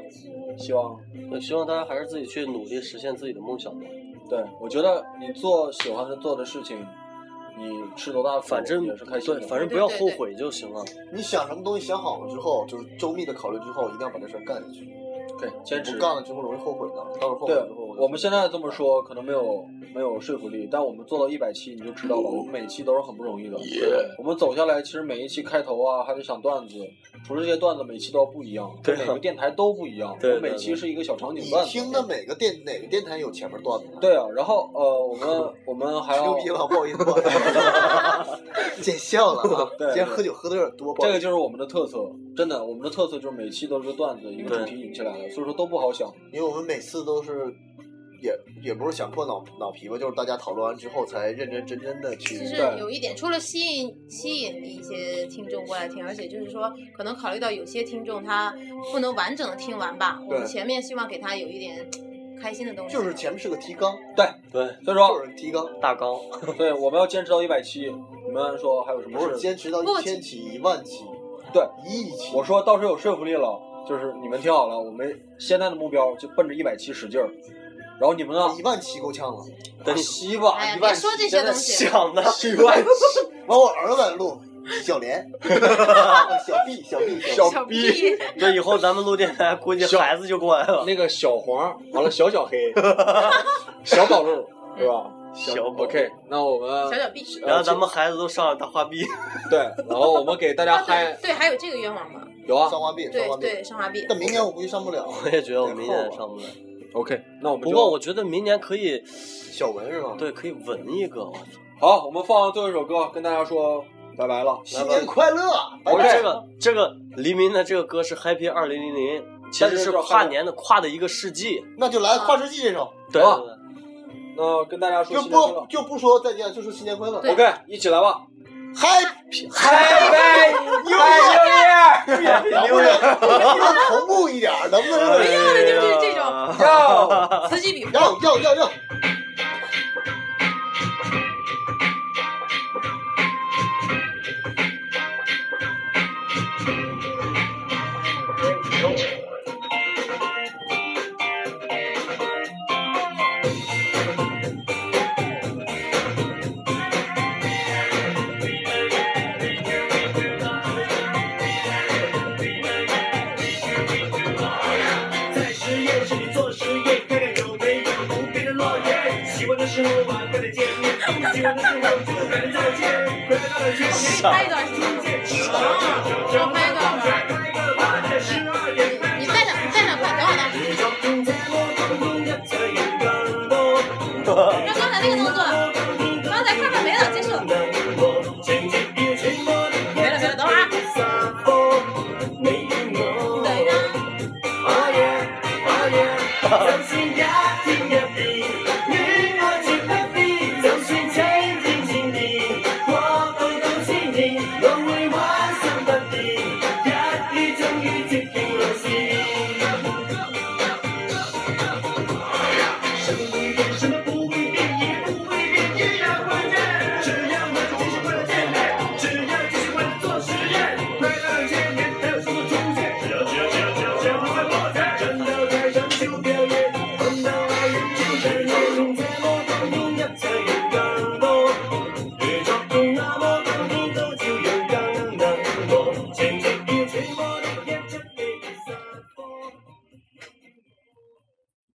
Speaker 1: 希望
Speaker 2: 我希望大家还是自己去努力实现自己的梦想吧。
Speaker 1: 对我觉得你做喜欢的做的事情，你吃多大苦
Speaker 2: 反正
Speaker 1: 也是开心
Speaker 2: 对
Speaker 1: 的，，
Speaker 2: 反正不要后悔就行了。
Speaker 3: 你想什么东西想好了之后，就是周密的考虑之后，一定要把这事儿干下去。
Speaker 1: 对坚持
Speaker 3: 不。干了之后容易后悔的，到时候后悔
Speaker 1: 对
Speaker 3: 之后，
Speaker 1: 我们现在这么说可能没有没有说服力，但我们做到一百期你就知道了，我们每期都是很不容易的。我们走下来，其实每一期开头啊，还得想段子，除了这些段子，每期都要不一样，
Speaker 2: 对啊
Speaker 1: 每个电台都不一样。
Speaker 2: 对
Speaker 1: 我们每
Speaker 2: 对
Speaker 1: 期
Speaker 2: 对
Speaker 1: 是一个小场景
Speaker 3: 你
Speaker 1: 段子。
Speaker 3: 听的每个电哪个电台有前面段子？，
Speaker 1: 对啊，然后呃，我
Speaker 2: *laughs*
Speaker 1: 们我们还要
Speaker 3: *laughs* 牛逼了，不好意思，不好意思见笑了啊！
Speaker 1: 对
Speaker 3: 今天喝酒喝的有点多，不好
Speaker 1: 这
Speaker 3: 意
Speaker 1: 个
Speaker 3: 思
Speaker 1: 就是我们的特色，真的，我们的特色就是每期都是个段子，一个主
Speaker 2: 对
Speaker 1: 题引起来了，所以说都不好想。
Speaker 3: 因为我们每次都是。也也不是想破脑脑皮吧，就是大家讨论完之后才认认真真的去
Speaker 4: 其实有一点，除了吸引吸引一些听众过来听，而且就是说，可能考虑到有些听众他不能完整的听完吧，我们
Speaker 3: 对
Speaker 4: 前面希望给他有一点开心的东西。
Speaker 3: 就是前面是个提纲，
Speaker 2: 对，
Speaker 1: 所以
Speaker 3: 就 *laughs*
Speaker 1: 说，
Speaker 3: 是提纲，
Speaker 2: 大纲，
Speaker 1: 对，我们要坚持到一百期。你们说还有什么
Speaker 3: 不是
Speaker 1: 事？
Speaker 3: 坚持到
Speaker 4: 不
Speaker 3: 一千期、一万期、
Speaker 1: 对
Speaker 3: 一亿期。
Speaker 1: 我说到时候有说服力了，就是你们听好了，我们现在的目标就奔着一百期使劲儿，然后你们呢？
Speaker 3: 一万期够呛了，
Speaker 2: 等
Speaker 1: 吸吧
Speaker 4: 哎呀，
Speaker 1: 一
Speaker 4: 别
Speaker 1: 万
Speaker 4: 说这
Speaker 2: 现
Speaker 4: 些
Speaker 2: 在
Speaker 4: 东西，
Speaker 2: 想的
Speaker 1: 一万期，
Speaker 3: 完我儿子录小莲， *laughs* 小 B 小 B
Speaker 1: 小
Speaker 4: 小
Speaker 1: 逼
Speaker 4: 逼，
Speaker 2: 这以后咱们录电台，估计孩子就过来了。
Speaker 1: 那个小黄，完了小小
Speaker 2: *laughs*
Speaker 1: 黑，小宝路，对吧？
Speaker 2: 小狗
Speaker 1: OK，那我们
Speaker 4: 小小逼。
Speaker 1: 呃
Speaker 2: 然后咱们孩子都上了大花臂，
Speaker 1: 对，然后我们给大家
Speaker 4: 啊对
Speaker 1: 嗨，
Speaker 4: 对，还有这个愿望吗？
Speaker 1: 有
Speaker 2: *laughs*
Speaker 1: 啊
Speaker 3: 上花臂上
Speaker 4: 对
Speaker 3: 花臂。
Speaker 4: 对，上花臂。
Speaker 3: 但明年我估计上不了，
Speaker 2: 我也觉得我明年也上不来。
Speaker 1: ，OK，那我们
Speaker 2: 不
Speaker 1: 就
Speaker 2: 过我觉得明年可以，
Speaker 3: 小文是吗？
Speaker 2: 对，可以纹一个。
Speaker 1: 好，我们放最后一首歌，跟大家说拜拜了。
Speaker 3: 新年快乐！
Speaker 2: 我
Speaker 1: OK
Speaker 2: 这个这个黎明的这个歌是 Happy 二零零零，其
Speaker 1: 但
Speaker 2: 实
Speaker 1: 是
Speaker 2: 是
Speaker 1: 这
Speaker 2: 跨年的跨的一个世纪。
Speaker 3: 那就
Speaker 4: 啊
Speaker 3: 来跨世纪这首，
Speaker 2: 对
Speaker 1: 啊
Speaker 2: 对
Speaker 1: 那跟大家说
Speaker 3: 就
Speaker 1: 新年快
Speaker 3: 不
Speaker 1: 乐
Speaker 3: 就不说再见，就说新年快乐。
Speaker 4: 对
Speaker 1: OK，一起来吧。
Speaker 3: Happy
Speaker 1: 嗨，嗨，牛爷，
Speaker 3: 能不能能不能同步一点？能不能
Speaker 4: 哎呀就是这种
Speaker 2: 哎呀
Speaker 1: 哟，
Speaker 4: 此起彼伏。
Speaker 3: 要要要要？
Speaker 6: 在实验室里做实验，看看有没有无边的落叶。喜欢的时候晚快点见面，不喜欢的时候就赶紧再见。快乐大的今天，
Speaker 4: 开一段时间。
Speaker 6: 见。
Speaker 4: 啊啊